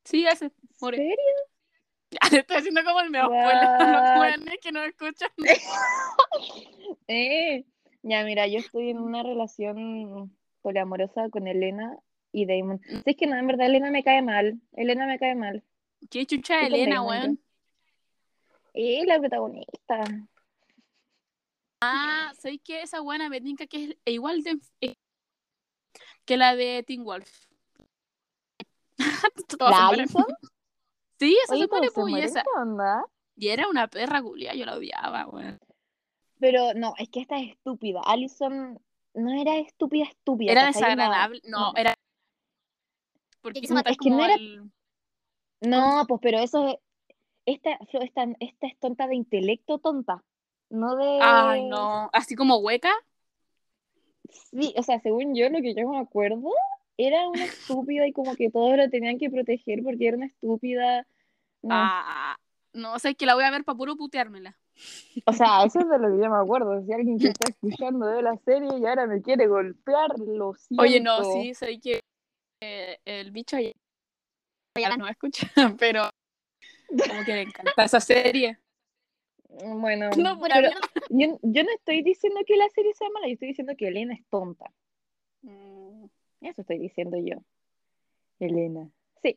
Speaker 1: Sí, ese. [LAUGHS]
Speaker 2: ¿En
Speaker 1: Muere.
Speaker 2: serio?
Speaker 1: Estoy haciendo como el me spoiler a los
Speaker 2: What?
Speaker 1: jóvenes que no escuchan.
Speaker 2: Eh, ya, mira, yo estoy en una relación poliamorosa con Elena y Damon.
Speaker 1: Mm.
Speaker 2: Si es que no, en verdad Elena me cae mal. Elena me cae mal.
Speaker 1: Qué chucha
Speaker 2: Estoy con
Speaker 1: Ah, Elena,
Speaker 2: Damon,
Speaker 1: weón.
Speaker 2: Y la protagonista.
Speaker 1: Ah, ¿sabéis que esa buena me tinca que es igual de eh, que la de Teen Wolf? [LAUGHS] Todos se mueren.
Speaker 2: ¿Dyson?
Speaker 1: Sí, esa
Speaker 2: Oye,
Speaker 1: se muere,
Speaker 2: todos se
Speaker 1: pues, y
Speaker 2: mueren,
Speaker 1: esa.
Speaker 2: ¿qué onda?
Speaker 1: Y era una perra culia, yo la odiaba, weón.
Speaker 2: Pero no, es que esta es estúpida. Allison no era estúpida, estúpida.
Speaker 1: Era
Speaker 2: ¿cachai? Era-
Speaker 1: desagradable. No, era. Porque
Speaker 3: Es
Speaker 1: quiso matar
Speaker 2: que no
Speaker 1: como
Speaker 2: era-
Speaker 1: al-
Speaker 2: No, pues pero eso es... Esta, Flo, esta, esta es tonta de intelecto, tonta. No de...
Speaker 1: Ay, no. Así como hueca.
Speaker 2: Sí, o sea, según yo, lo que yo me acuerdo, era una estúpida y como que todos la tenían que proteger porque era una estúpida. No,
Speaker 1: Ah, no, o sea, es que la voy a ver para puro puteármela.
Speaker 2: O sea, eso es de lo que yo me acuerdo. Si alguien que está escuchando de la serie y ahora me quiere golpear, lo siento.
Speaker 1: Oye, no, sí, sé que eh, el bicho ya, ya no escucha, [LAUGHS] pero como que le encanta esa serie.
Speaker 2: Bueno,
Speaker 1: No,
Speaker 3: Bueno,
Speaker 2: Pero-
Speaker 3: yo no-
Speaker 2: yo, yo no estoy diciendo que la serie sea mala, yo estoy diciendo que Elena es tonta.
Speaker 1: Mm,
Speaker 2: Eso estoy diciendo yo. Elena. Sí,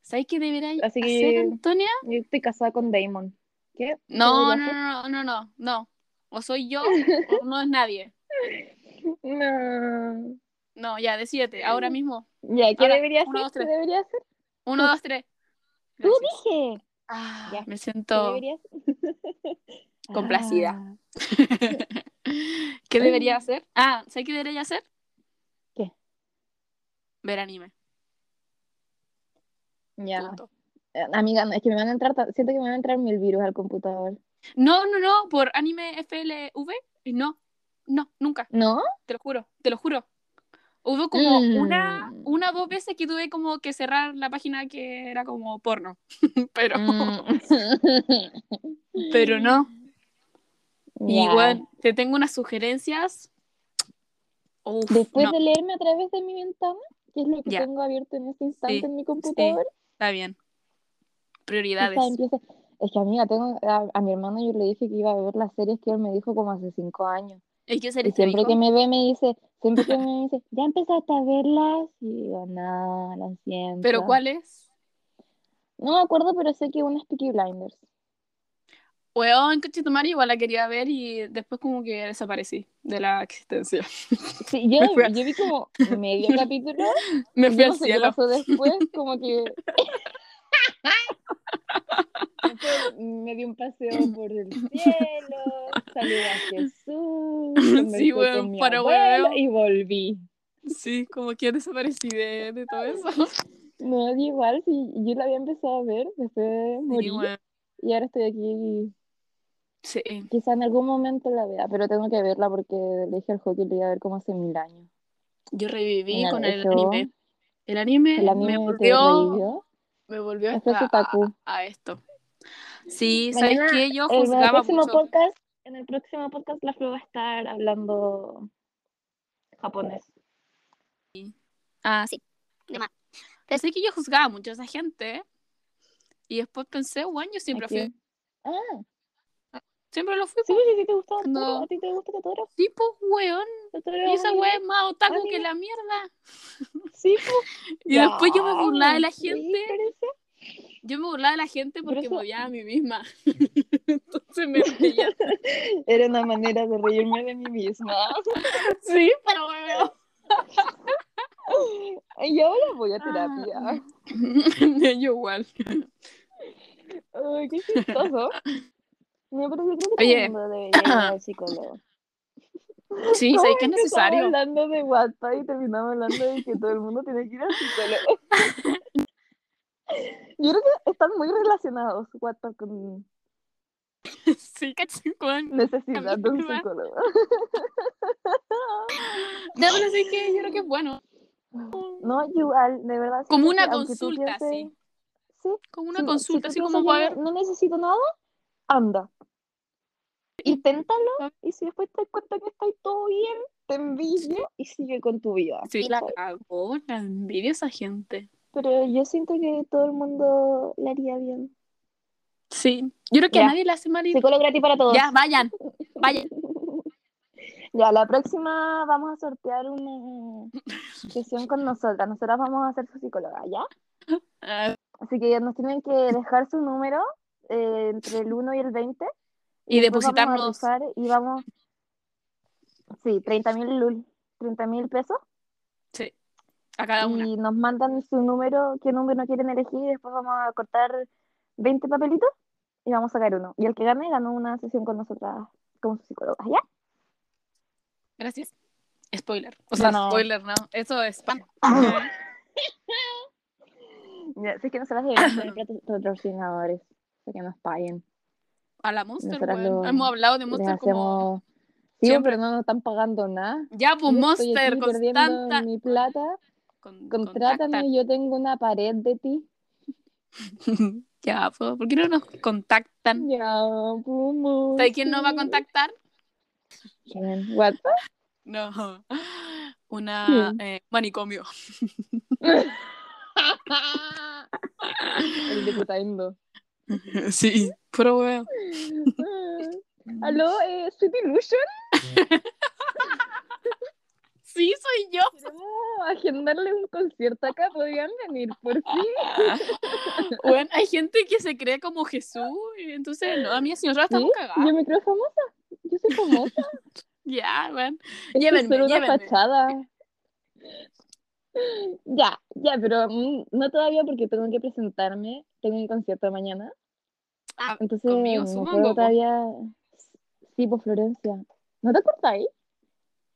Speaker 1: ¿Sabes qué debería
Speaker 2: Así
Speaker 1: hacer,
Speaker 2: que-
Speaker 1: Antonia?
Speaker 2: yo estoy casada con Damon. ¿Qué?
Speaker 1: No,
Speaker 2: ¿Qué
Speaker 1: no,
Speaker 2: debería
Speaker 1: no, no, no, no, no. O soy
Speaker 2: [LAUGHS]
Speaker 1: yo o no es nadie.
Speaker 2: No.
Speaker 1: No, ya, decídete,
Speaker 2: Mm.
Speaker 1: ahora mismo.
Speaker 2: Ya, ¿qué
Speaker 1: Ahora,
Speaker 2: debería
Speaker 1: uno, dos,
Speaker 2: hacer? ¿Qué
Speaker 1: tres.
Speaker 2: debería hacer?
Speaker 1: Uno, dos, tres.
Speaker 2: Tú
Speaker 1: Gracias.
Speaker 2: dije.
Speaker 1: Ah,
Speaker 2: Ya.
Speaker 1: me
Speaker 2: ¿Qué
Speaker 1: siento
Speaker 2: debería hacer?
Speaker 1: [LAUGHS] complacida.
Speaker 2: Ah,
Speaker 1: ¿Qué debería hacer? Ah, ¿sabes qué debería hacer?
Speaker 2: ¿Qué?
Speaker 1: Ver anime.
Speaker 2: ya.
Speaker 1: punto.
Speaker 2: Eh, Amiga, no, es que me van a entrar, ta- siento que me van a entrar mil virus al computador.
Speaker 1: No, no, no, por anime FLV. No, no, nunca,
Speaker 2: ¿No?
Speaker 1: te lo juro, te lo juro. Hubo como
Speaker 2: Mm.
Speaker 1: una, una o dos veces que tuve como que cerrar la página que era como porno. [LAUGHS] pero,
Speaker 2: Mm.
Speaker 1: Mm. pero no.
Speaker 2: [LAUGHS]
Speaker 1: Y
Speaker 2: Ya.
Speaker 1: bueno, te tengo unas sugerencias. Uf,
Speaker 2: Después
Speaker 1: no,
Speaker 2: de leerme a través de mi ventana, que es lo que
Speaker 1: Ya.
Speaker 2: tengo abierto en este instante
Speaker 1: Sí,
Speaker 2: en mi computador,
Speaker 1: está bien.
Speaker 2: quizá
Speaker 1: Prioridades.
Speaker 2: empiece- Es que amiga, tengo, a, a mi hermano yo le dije que iba a ver las series que él me dijo como hace cinco años.
Speaker 1: ¿Y qué
Speaker 2: Y
Speaker 1: series te
Speaker 2: siempre
Speaker 1: dijo?
Speaker 2: que me ve me dice, siempre que me dice, ¿ya empezaste a verlas? Y digo, no, lo siento.
Speaker 1: ¿Pero cuáles?
Speaker 2: No me acuerdo, pero sé que una es Peaky Blinders.
Speaker 1: Weón, coche tu madre, igual la quería ver y después como que desaparecí de la existencia. [LAUGHS]
Speaker 2: Sí, yo,
Speaker 1: Me fui a-
Speaker 2: yo vi como medio capítulo
Speaker 1: Me
Speaker 2: Yo
Speaker 1: fui
Speaker 2: no
Speaker 1: al
Speaker 2: sé qué
Speaker 1: cielo.
Speaker 2: pasó después, como
Speaker 1: [LAUGHS]
Speaker 2: que. [LAUGHS] Entonces, me di un
Speaker 1: [CLEARS THROAT]
Speaker 2: paseo por el cielo, saludé a
Speaker 1: [LAUGHS]
Speaker 2: Jesús, conversé
Speaker 1: weón,
Speaker 2: con mi
Speaker 1: para
Speaker 2: abuelo
Speaker 1: hueveo.
Speaker 2: y volví.
Speaker 1: Sí, como que desaparecí de, de todo eso. [LAUGHS]
Speaker 2: No, da igual, si yo la había empezado a ver, después morí,
Speaker 1: Sí, weón.
Speaker 2: y ahora estoy aquí y
Speaker 1: Sí.
Speaker 2: quizá en algún momento la vea, pero tengo que verla porque le dije al hockey que la iba a ver como hace mil años.
Speaker 1: Yo reviví
Speaker 2: Mira,
Speaker 1: con el
Speaker 2: eso-
Speaker 1: anime. El anime,
Speaker 2: El anime
Speaker 1: me
Speaker 2: te
Speaker 1: volvió,
Speaker 2: revivió,
Speaker 1: me volvió
Speaker 2: eso es
Speaker 1: hasta
Speaker 2: otaku.
Speaker 1: a esto. Sí,
Speaker 2: Mañana,
Speaker 1: ¿sabes qué? Yo
Speaker 2: En el
Speaker 1: juzgaba
Speaker 2: próximo
Speaker 1: mucho.
Speaker 2: podcast, en el próximo podcast la Flo va a estar hablando japonés.
Speaker 1: Ah, sí.
Speaker 3: de más.
Speaker 1: Pensé que yo juzgaba mucho a esa gente. Y después pensé, bueno, yo siempre
Speaker 2: ¿A quién?
Speaker 1: fui.
Speaker 2: Ah,
Speaker 1: Siempre lo fui.
Speaker 2: sí, sí, sí, te gusta
Speaker 1: No.
Speaker 2: Totoro, a ti te gusta Totoro.
Speaker 1: Sí, pues, weón.
Speaker 2: Totoro
Speaker 1: Y esa
Speaker 2: es-
Speaker 1: weá es más otaku
Speaker 2: Amiga.
Speaker 1: que la mierda.
Speaker 2: Sí, pues.
Speaker 1: Y después yo me
Speaker 2: Ya,
Speaker 1: burlaba de la
Speaker 2: sí,
Speaker 1: gente.
Speaker 2: parece.
Speaker 1: Yo me burlaba de la gente porque
Speaker 2: eso-
Speaker 1: me odiaba a mí misma. [LAUGHS] Entonces me
Speaker 2: [LAUGHS]
Speaker 1: reía.
Speaker 2: Era una manera de reírme de mí misma.
Speaker 1: Sí, pero [LAUGHS] bueno.
Speaker 2: Y ahora voy a terapia.
Speaker 1: Ah. Yo igual.
Speaker 2: Ay, qué chistoso. No, pero yo creo que todo
Speaker 1: Oye.
Speaker 2: el mundo debería ir al psicólogo.
Speaker 1: Sí,
Speaker 2: ¿Cómo
Speaker 1: sé que
Speaker 2: empezamos
Speaker 1: es necesario.
Speaker 2: hablando de WhatsApp y terminamos hablando de que todo el mundo tiene que ir al psicólogo.
Speaker 1: [LAUGHS]
Speaker 2: Yo creo que están muy relacionados WhatsApp con
Speaker 1: [LAUGHS] Sí, caché, weón.
Speaker 2: necesidad de un
Speaker 1: Amiga.
Speaker 2: psicólogo.
Speaker 1: No, pero sí que yo creo que es bueno.
Speaker 2: No, yo igual, de verdad. siento
Speaker 1: Como una
Speaker 2: que aunque tú
Speaker 1: consulta,
Speaker 2: pienses-
Speaker 1: sí.
Speaker 2: Sí,
Speaker 1: Como una
Speaker 2: si- si
Speaker 1: consulta,
Speaker 2: tú
Speaker 1: así
Speaker 2: piensas,
Speaker 1: como
Speaker 2: "Yo
Speaker 1: para ver.
Speaker 2: No necesito nada, anda. Inténtalo
Speaker 1: Va-
Speaker 2: y si después te das cuenta que está todo bien, te envío y sigue con tu vida.
Speaker 1: Sí, la
Speaker 2: ¿cachai?
Speaker 1: cagó, la envidia esa gente.
Speaker 2: Pero yo siento que todo el mundo le haría bien.
Speaker 1: Sí, yo creo que
Speaker 2: Ya.
Speaker 1: a nadie le hace mal ir.
Speaker 2: Psicólogo gratis para todos.
Speaker 1: Ya, vayan, vayan.
Speaker 2: Ya, la próxima vamos a sortear
Speaker 1: [LAUGHS]
Speaker 2: una sesión con nosotras. Nosotras vamos a ser su psicóloga, ¿ya?
Speaker 1: Ah,
Speaker 2: Así que nos tienen que dejar su número eh, entre el 1 y el 20.
Speaker 1: y
Speaker 2: después vamos a
Speaker 1: depositarnos.
Speaker 2: rifar y vamos. Sí, 30 mil lul. 30 mil pesos.
Speaker 1: Sí, a cada una.
Speaker 2: Y nos mandan su número, qué número quieren elegir. Y después vamos a cortar 20 papelitos y vamos a sacar uno. Y el que gane, ganó una sesión con nosotras como su psicóloga, ¿ya?
Speaker 1: Gracias. Spoiler. O sea,
Speaker 2: No, no.
Speaker 1: spoiler, no. Eso es spam.
Speaker 2: [LAUGHS] Mira, si es que nosotras debemos ser patro- patrocinadores, para que nos paguen.
Speaker 1: A la Monster,
Speaker 2: Nosotras
Speaker 1: weón.
Speaker 2: lo-
Speaker 1: Hemos hablado de
Speaker 2: Les
Speaker 1: Monster
Speaker 2: hacemos...
Speaker 1: como.
Speaker 2: Sí,
Speaker 1: siempre.
Speaker 2: pero no nos están pagando nada.
Speaker 1: Ya, pues
Speaker 2: Yo estoy
Speaker 1: Monster,
Speaker 2: aquí perdiendo
Speaker 1: Constanta.
Speaker 2: mi plata,
Speaker 1: Con,
Speaker 2: contrátame, yo tengo una pared de ti.
Speaker 1: contacta. [LAUGHS] Ya, pues, ¿por qué no nos contactan?
Speaker 2: Ya, ¿cómo?
Speaker 1: ¿Sabes quién nos va a contactar?
Speaker 2: ¿Quién? What?
Speaker 1: No. [LAUGHS] Una
Speaker 2: ¿Quién?
Speaker 1: eh, manicomio. [LAUGHS]
Speaker 2: El diputado.
Speaker 1: Sí, pero bueno.
Speaker 2: Ah, Aló, eh, Sweet Illusion.
Speaker 1: Sí, soy yo. [LAUGHS]
Speaker 2: Queremos agendarle un concierto acá. ¿Podrían venir por fin?
Speaker 1: Bueno, hay gente que se cree como Jesús, y entonces, no, a mí, si nosotros estamos
Speaker 2: Yo
Speaker 1: cagados.
Speaker 2: me creo famosa. Yo soy
Speaker 1: [LAUGHS]
Speaker 2: famosa.
Speaker 1: Ya, bueno.
Speaker 2: Esto
Speaker 1: Llévenme,
Speaker 2: es solo una
Speaker 1: llévenme.
Speaker 2: fachada. Ya, ya, pero mm, no todavía porque tengo que presentarme. Tengo un concierto mañana.
Speaker 1: Ah,
Speaker 2: Entonces,
Speaker 1: conmigo,
Speaker 2: no
Speaker 1: supongo,
Speaker 2: puedo
Speaker 1: po.
Speaker 2: todavía. Sí, por Florencia. ¿No te acordáis?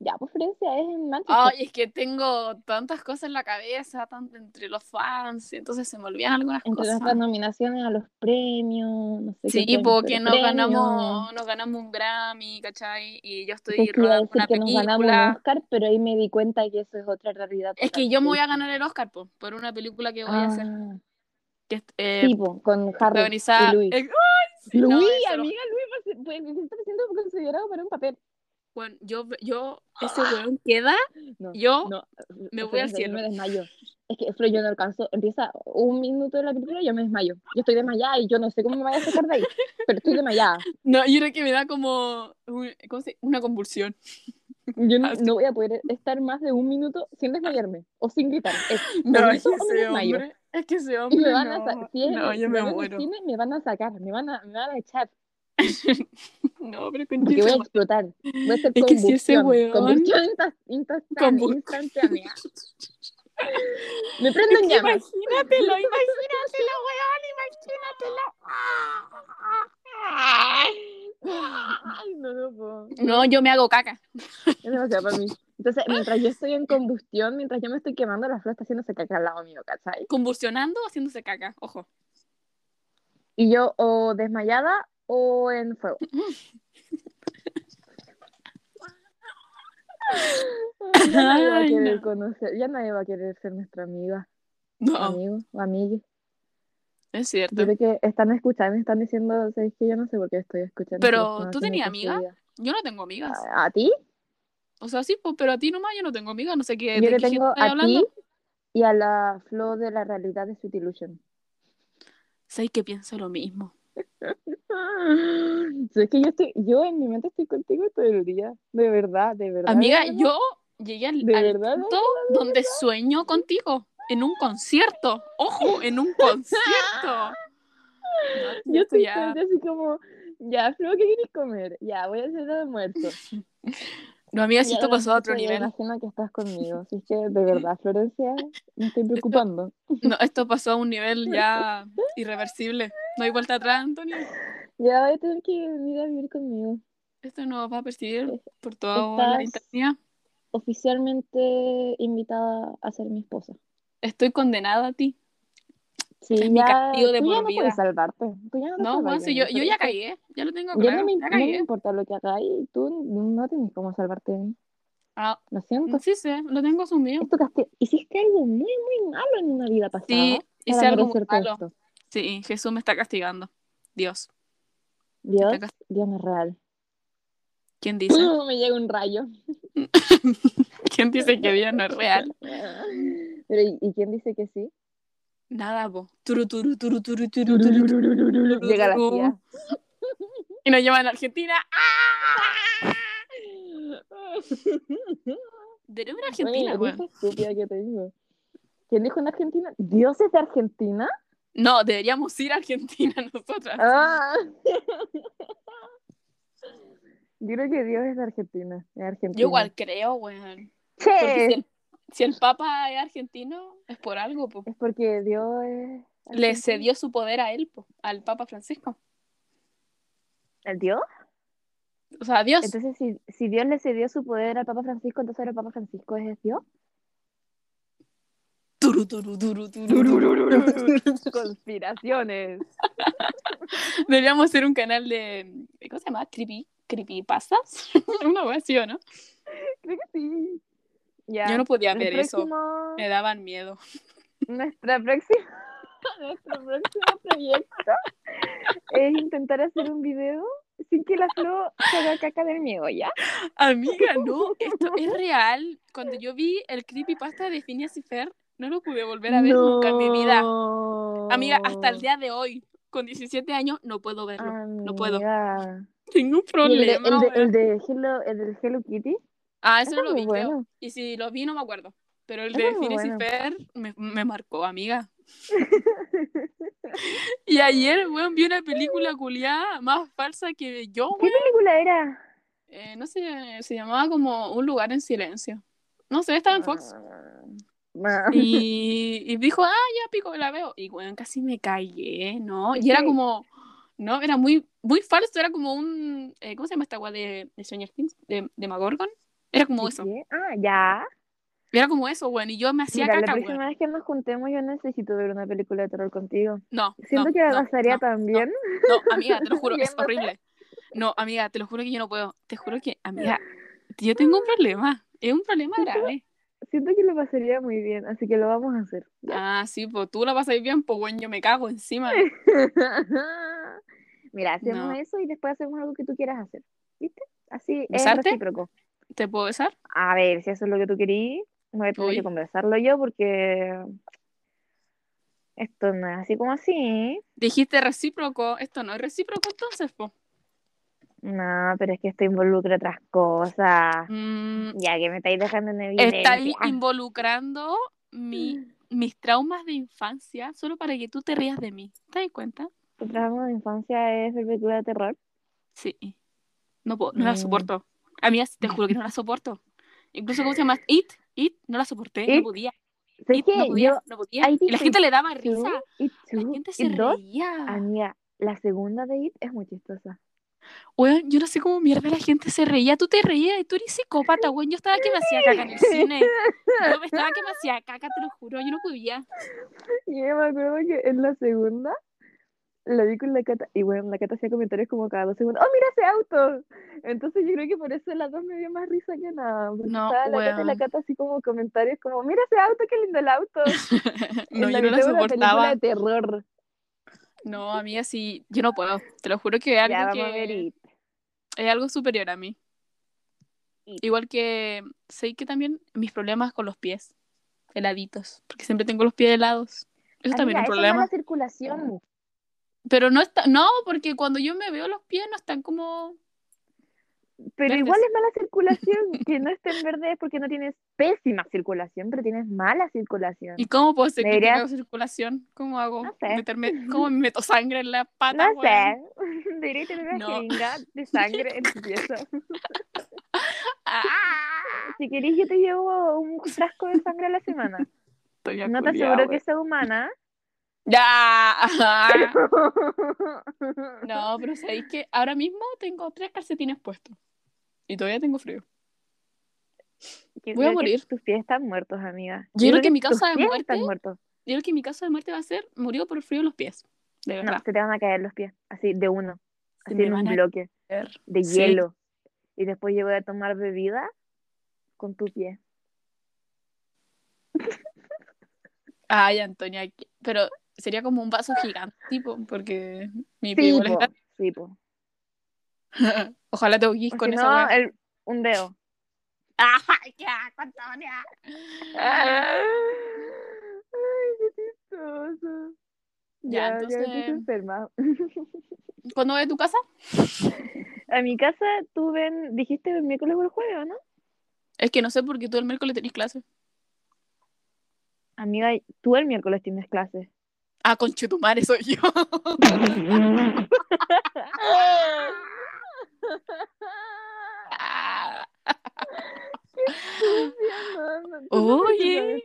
Speaker 2: Ya, por Florencia es en Manchester.
Speaker 1: Ay, es que tengo tantas cosas en la cabeza, tanto entre los fans, entonces se me olvidan algunas
Speaker 2: Entre
Speaker 1: cosas.
Speaker 2: las nominaciones a los premios, no sé
Speaker 1: Sí,
Speaker 2: qué.
Speaker 1: porque nos
Speaker 2: no
Speaker 1: ganamos, nos ganamos un Grammy, ¿cachai? Y yo estoy
Speaker 2: Pensé que iba a
Speaker 1: rodando
Speaker 2: decir
Speaker 1: una
Speaker 2: que nos ganamos un
Speaker 1: película.
Speaker 2: Oscar, pero ahí me di cuenta que eso es otra realidad.
Speaker 1: Es que yo me voy a ganar el Oscar po, por una película que voy a hacer.
Speaker 2: Ah,
Speaker 1: Que, es, eh,
Speaker 2: sí, po, con Harry
Speaker 1: protagonizada-
Speaker 2: y Louis.
Speaker 1: Eh, ¡ay! Sí, no,
Speaker 2: Louis,
Speaker 1: ese lo-
Speaker 2: amiga, Louis, pues, pues, se está siendo considerado para un papel.
Speaker 1: Bueno, yo, yo,
Speaker 2: [GASPS]
Speaker 1: ese weón queda,
Speaker 2: No,
Speaker 1: yo,
Speaker 2: no,
Speaker 1: me
Speaker 2: Flo,
Speaker 1: voy al
Speaker 2: yo
Speaker 1: cielo.
Speaker 2: me desmayo. Es que, Flo, yo no alcanzo. Empieza un minuto de la película y yo me desmayo. Yo estoy desmayada y yo no sé cómo me voy a sacar de ahí, pero estoy desmayada.
Speaker 1: no, yo creo que me da como, un- ¿cómo se-
Speaker 2: [LAUGHS]
Speaker 1: una convulsión.
Speaker 2: Yo no,
Speaker 1: Así.
Speaker 2: no voy a poder estar más de un minuto sin desmayarme o sin gritar. Es-
Speaker 1: [LAUGHS] No, es
Speaker 2: grito
Speaker 1: que
Speaker 2: o me
Speaker 1: ese
Speaker 2: desmayo.
Speaker 1: hombre, es que ese
Speaker 2: y
Speaker 1: hombre,
Speaker 2: me van
Speaker 1: no,
Speaker 2: a sa- si es-
Speaker 1: no, yo
Speaker 2: si
Speaker 1: me
Speaker 2: van al
Speaker 1: muero.
Speaker 2: cine, me van a sacar, me van a, me van a echar.
Speaker 1: No,
Speaker 2: Porque voy
Speaker 1: pero
Speaker 2: a
Speaker 1: conchita,
Speaker 2: explotar. Voy a ser
Speaker 1: Es que si ese
Speaker 2: combustión,
Speaker 1: weón-
Speaker 2: Combustión insta- instantánea.
Speaker 1: Combu-
Speaker 2: instantánea.
Speaker 1: [LAUGHS]
Speaker 2: Me prendo en llamas.
Speaker 1: Imagínatelo,
Speaker 2: [LAUGHS]
Speaker 1: imagínatelo, weón, imagínatelo.
Speaker 2: Ay, no, no puedo.
Speaker 1: No, yo me hago caca.
Speaker 2: Es demasiado para mí. Entonces, mientras yo estoy en combustión, mientras yo me estoy quemando, la flor está haciéndose caca al lado mío, ¿cachai?
Speaker 1: Convulsionando o haciéndose caca, ojo.
Speaker 2: Y yo o desmayada o en fuego. Ay, Ya nadie, va a
Speaker 1: [LAUGHS] Ay,
Speaker 2: querer
Speaker 1: no. Oh.
Speaker 2: conocer, ya nadie va a querer ser nuestra amiga,
Speaker 1: No,
Speaker 2: amigo o amiga.
Speaker 1: es cierto.
Speaker 2: Yo creo que están escuchando, están diciendo, ¿sabes que Yo no sé por qué estoy escuchando.
Speaker 1: Pero,
Speaker 2: esto, no
Speaker 1: ¿tú
Speaker 2: sé
Speaker 1: tenías
Speaker 2: qué
Speaker 1: amigas?
Speaker 2: sería.
Speaker 1: Yo no tengo amigas.
Speaker 2: ¿A, a ti?
Speaker 1: O sea, sí, pues, pero a ti nomás yo no tengo amigas, no sé qué.
Speaker 2: Yo
Speaker 1: Eh, de
Speaker 2: le
Speaker 1: qué gente
Speaker 2: tengo
Speaker 1: estás
Speaker 2: a ti y a la flor de la realidad de Sweet Illusion.
Speaker 1: Sabes que pienso lo mismo. Ah.
Speaker 2: [GASPS] Sí, Es que yo estoy, yo en mi mente estoy contigo todo el día, de verdad, de verdad. de
Speaker 1: Amiga,
Speaker 2: verdad.
Speaker 1: yo llegué al,
Speaker 2: ¿De
Speaker 1: al
Speaker 2: verdad?
Speaker 1: punto donde sueño contigo. En un concierto. Ojo, en un concierto.
Speaker 2: [LAUGHS]
Speaker 1: No,
Speaker 2: yo
Speaker 1: esto
Speaker 2: estoy
Speaker 1: ya-
Speaker 2: todo el día así como, ya, Flo, ¿qué quieres comer? Ya, voy a hacer el almuerzo.
Speaker 1: [LAUGHS] No, amiga, si
Speaker 2: Ya,
Speaker 1: esto pasó a otro
Speaker 2: me
Speaker 1: nivel.
Speaker 2: imagino que estás conmigo, así que de
Speaker 1: [LAUGHS]
Speaker 2: verdad, Florencia, me estoy preocupando.
Speaker 1: No, esto pasó a un nivel
Speaker 2: [LAUGHS]
Speaker 1: ya irreversible. No hay vuelta atrás, Antonio.
Speaker 2: Ya voy a tener que venir a vivir conmigo.
Speaker 1: Esto nos va a perseguir por toda
Speaker 2: Estás-
Speaker 1: la eternidad.
Speaker 2: Oficialmente invitada a ser mi esposa.
Speaker 1: Estoy condenada a ti.
Speaker 2: Sí,
Speaker 1: Es mi castigo de
Speaker 2: tú ya
Speaker 1: por
Speaker 2: no
Speaker 1: vida.
Speaker 2: puedes salvarte. Tú ya no te
Speaker 1: No,
Speaker 2: salvas
Speaker 1: Juan,
Speaker 2: ya,
Speaker 1: si yo, yo ya
Speaker 2: Florencia.
Speaker 1: caí, ¿eh? ya lo tengo
Speaker 2: Ya
Speaker 1: claro.
Speaker 2: no me,
Speaker 1: ya
Speaker 2: no me
Speaker 1: caí. ¿eh?
Speaker 2: importa lo que hagáis, tú no tenés cómo salvarte de mí.
Speaker 1: Ah,
Speaker 2: Lo siento.
Speaker 1: sí sé, lo tengo asumido.
Speaker 2: Es tu castigo. Hiciste algo muy, muy malo en una vida pasada.
Speaker 1: Sí, hice
Speaker 2: para
Speaker 1: algo muy
Speaker 2: merecerte
Speaker 1: malo.
Speaker 2: esto.
Speaker 1: Sí, Jesús me está castigando. Dios,
Speaker 2: Dios,
Speaker 1: Está cast-
Speaker 2: Dios no es real.
Speaker 1: ¿quién [LAUGHS] dice?
Speaker 2: [LAUGHS] Me llega un rayo.
Speaker 1: ¿Quién dice que Dios no es real?
Speaker 2: [LAUGHS] Pero, ¿y, y quién dice que
Speaker 1: [LAUGHS]
Speaker 2: sí?
Speaker 1: Nada, vos. Turu, turu, turu, turu, turu, turu, turu.
Speaker 2: Llega la
Speaker 1: [LAUGHS]
Speaker 2: tía.
Speaker 1: Y nos llevan a Argentina. ¡Ah! Tenemos una Argentina,
Speaker 2: Oye,
Speaker 1: weón.
Speaker 2: esa estúpida que te digo. ¿Quién dijo en Argentina? ¿Dios es de Argentina?
Speaker 1: No, deberíamos ir a Argentina [LAUGHS] nosotras.
Speaker 2: Ah. [LAUGHS] Yo creo que Dios es de Argentina. Es argentino.
Speaker 1: Yo igual creo, weón. Porque si
Speaker 2: ¡Che!
Speaker 1: el, si el Papa es argentino, es por algo, po.
Speaker 2: Es porque Dios es.
Speaker 1: Le
Speaker 2: argentino.
Speaker 1: cedió su poder a él, po, al Papa Francisco.
Speaker 2: ¿El Dios?
Speaker 1: O sea, a Dios.
Speaker 2: Entonces, si, si Dios le cedió su poder al Papa Francisco, entonces ahora el Papa Francisco es Dios.
Speaker 1: Turu, turu, turu, turu, turu, turu.
Speaker 2: Conspiraciones.
Speaker 1: Deberíamos hacer un canal de. ¿Cómo se llama? Creepy. Creepypastas. [LAUGHS] Una wea así, ¿o no?
Speaker 2: Creo que sí. Ya.
Speaker 1: Yo no podía
Speaker 2: El
Speaker 1: ver eso.
Speaker 2: próximo-
Speaker 1: Me daban miedo.
Speaker 2: Nuestra próxima. [LAUGHS] nuestro próximo proyecto es intentar hacer un video sin que la flor se haga caca del miedo, ¿ya?
Speaker 1: Amiga, no, esto es real. Cuando yo vi el creepypasta de Phineas y Fer, no lo pude volver a ver nunca en mi vida. Amiga, hasta el día de hoy, con 17 años, no puedo verlo. no puedo.
Speaker 2: Amiga.
Speaker 1: Tengo un
Speaker 2: Ah. Y El de,
Speaker 1: problema.
Speaker 2: el de-
Speaker 1: weón.
Speaker 2: el de Hello, el del Hello Kitty.
Speaker 1: ah, eso
Speaker 2: ese
Speaker 1: no
Speaker 2: es
Speaker 1: lo
Speaker 2: muy
Speaker 1: vi, creo.
Speaker 2: bueno.
Speaker 1: Y si lo vi, no me acuerdo. Pero el
Speaker 2: Ese
Speaker 1: de
Speaker 2: es muy
Speaker 1: Phineas
Speaker 2: bueno.
Speaker 1: y Fer me, me
Speaker 2: [LAUGHS]
Speaker 1: marcó, amiga. [LAUGHS] Y ayer, weón, vi una película culiada más falsa que yo,
Speaker 2: ¿Qué
Speaker 1: weón.
Speaker 2: película era?
Speaker 1: Eh, no sé, se llamaba como Un lugar en silencio. No sé, estaba en Fox.
Speaker 2: Ah.
Speaker 1: Y, y dijo, ah, ya pico, la veo. Y weón, casi me callé, ¿no? Y era
Speaker 2: Sí.
Speaker 1: como, no, era muy, muy falso, era como un, eh, ¿cómo se llama esta weá de, de Stranger Things? De, de Magorgon. Era como eso.
Speaker 2: ¿Qué? Ah, ya.
Speaker 1: Era como eso, weón. Y yo me hacía
Speaker 2: Mira, la
Speaker 1: caca,
Speaker 2: próxima
Speaker 1: weón.
Speaker 2: vez que nos juntemos yo necesito ver una película de terror contigo.
Speaker 1: No,
Speaker 2: Siento
Speaker 1: no,
Speaker 2: que me
Speaker 1: no,
Speaker 2: pasaría
Speaker 1: no,
Speaker 2: también.
Speaker 1: no, amiga, te lo juro, es
Speaker 2: Riéndote.
Speaker 1: horrible. No, amiga, te lo juro que yo no puedo. Te juro que, amiga,
Speaker 2: Ah.
Speaker 1: yo tengo un problema. Es un problema grave.
Speaker 2: Siento que lo pasaría muy bien, así que lo vamos a hacer.
Speaker 1: Ah, sí, pues tú la pasas bien, pues bueno, yo me cago encima.
Speaker 2: [LAUGHS] Mira, hacemos
Speaker 1: No.
Speaker 2: eso y después hacemos algo que tú quieras hacer. ¿Viste? Así es
Speaker 1: ¿Besarte?
Speaker 2: recíproco.
Speaker 1: ¿Te puedo besar?
Speaker 2: A ver, si eso es lo que tú querías, voy a tener
Speaker 1: Uy.
Speaker 2: que conversarlo yo porque esto no es así como así.
Speaker 1: Dijiste recíproco. Esto no es recíproco entonces, pues.
Speaker 2: No, pero es que esto involucra otras cosas.
Speaker 1: Mm,
Speaker 2: Ya que me estáis dejando en evidencia.
Speaker 1: estáis involucrando mi- mis traumas de infancia solo para que tú te rías de mí. ¿Te das cuenta?
Speaker 2: [LAUGHS] ¿Tu trauma de infancia es ver película de terror?
Speaker 1: Sí. No, puedo, no la
Speaker 2: Mm.
Speaker 1: soporto.
Speaker 2: [LAUGHS]
Speaker 1: Amigas, te juro que no la soporto. Incluso, ¿cómo se llama? It. It. No la soporté.
Speaker 2: It,
Speaker 1: No podía.
Speaker 2: ¿Sabes
Speaker 1: It,
Speaker 2: qué?
Speaker 1: no podía.
Speaker 2: Yo,
Speaker 1: no podía.
Speaker 2: ahí
Speaker 1: Y la
Speaker 2: dije,
Speaker 1: gente le daba
Speaker 2: tú,
Speaker 1: risa.
Speaker 2: y
Speaker 1: La
Speaker 2: tú,
Speaker 1: gente se
Speaker 2: y dos,
Speaker 1: reía.
Speaker 2: amiga, la segunda de It es muy chistosa.
Speaker 1: Weón, yo no sé cómo mierda la gente se reía. Tú te reías y tú eres psicópata, weón. Yo estaba que me hacía caca en el cine. Yo me estaba que me hacía caca, te lo juro. Yo no podía.
Speaker 2: Y [LAUGHS] yo me acuerdo que en la segunda la vi con la cata. Y bueno, la cata hacía comentarios como cada dos segundos. ¡Oh, mira ese auto! Entonces yo creo que por eso las dos me dio más risa que nada. Porque
Speaker 1: No,
Speaker 2: estaba la cata y la
Speaker 1: weón.
Speaker 2: cata así como comentarios como: ¡Mira ese auto, qué lindo el auto!
Speaker 1: [LAUGHS]
Speaker 2: [LAUGHS]
Speaker 1: No,
Speaker 2: En
Speaker 1: yo no la
Speaker 2: mitad de una
Speaker 1: soportaba.
Speaker 2: película de terror.
Speaker 1: No, amiga, sí. Yo no puedo. Te lo juro que es
Speaker 2: ya
Speaker 1: algo
Speaker 2: vamos a ver
Speaker 1: que
Speaker 2: It.
Speaker 1: es algo superior a mí.
Speaker 2: It.
Speaker 1: Igual que sé que también mis problemas con los pies heladitos, porque siempre tengo los pies helados. Eso
Speaker 2: Amiga,
Speaker 1: también es un
Speaker 2: Ah, esa
Speaker 1: problema.
Speaker 2: mala circulación.
Speaker 1: Pero no está, no, porque cuando yo me veo los pies no están como
Speaker 2: Pero
Speaker 1: Verdes.
Speaker 2: igual es mala
Speaker 1: [LAUGHS]
Speaker 2: circulación. que no estén verdes es porque no tienes pésima circulación, pero tienes mala circulación.
Speaker 1: ¿Y cómo puedo hacer que
Speaker 2: Deberías-
Speaker 1: tenga circulación? ¿Cómo hago?
Speaker 2: No sé.
Speaker 1: Meterme, ¿Cómo me meto sangre en la pata?
Speaker 2: No sé, [LAUGHS] debería tener una
Speaker 1: No.
Speaker 2: jeringa
Speaker 1: [LAUGHS]
Speaker 2: de sangre en tu pieza.
Speaker 1: Ah,
Speaker 2: Si querés, yo te llevo un frasco de sangre a la
Speaker 1: [LAUGHS]
Speaker 2: semana.
Speaker 1: estoy
Speaker 2: No te
Speaker 1: aculiada,
Speaker 2: aseguro que
Speaker 1: weón.
Speaker 2: sea humana.
Speaker 1: Ya.
Speaker 2: [LAUGHS]
Speaker 1: ajá. No, pero sabéis que ahora mismo tengo tres calcetines puestos. Y todavía tengo frío.
Speaker 2: Yo
Speaker 1: Voy a
Speaker 2: creo que
Speaker 1: morir.
Speaker 2: tus pies están muertos, amiga.
Speaker 1: Yo creo que mi causa
Speaker 2: tus
Speaker 1: de
Speaker 2: pies
Speaker 1: muerte-
Speaker 2: están muertos.
Speaker 1: Yo creo que mi caso de muerte va a ser murió por frío en los pies. De
Speaker 2: No,
Speaker 1: verdad.
Speaker 2: se te van a caer los pies, así de uno,
Speaker 1: Se
Speaker 2: así
Speaker 1: me
Speaker 2: en un
Speaker 1: van a
Speaker 2: bloque
Speaker 1: caer.
Speaker 2: de
Speaker 1: Sí.
Speaker 2: hielo. Y después yo voy a tomar bebida con tu pie.
Speaker 1: Ay, Antonia, que- pero sería como un vaso gigante, tipo, porque mi pie
Speaker 2: Sí,
Speaker 1: igual
Speaker 2: po,
Speaker 1: está-
Speaker 2: sí, po.
Speaker 1: Ojalá te ahoguís
Speaker 2: O
Speaker 1: con
Speaker 2: si
Speaker 1: esa
Speaker 2: no,
Speaker 1: weá.
Speaker 2: el, un dedo.
Speaker 3: Ay, qué asco, Antonia.
Speaker 2: Ay, qué chistoso. Ya, ya
Speaker 1: Ya,
Speaker 2: me puse
Speaker 1: entonces-
Speaker 2: enferma.
Speaker 1: ¿Cuándo voy a tu casa?
Speaker 2: A mi casa tú ven, dijiste el miércoles o el jueves, ¿o ¿no?
Speaker 1: Es que no sé porque tú el miércoles tenés clase.
Speaker 2: Amiga, tú el miércoles tienes
Speaker 1: [LAUGHS]
Speaker 2: clases. [LAUGHS]
Speaker 1: Ah, conchetumare soy yo. Oye.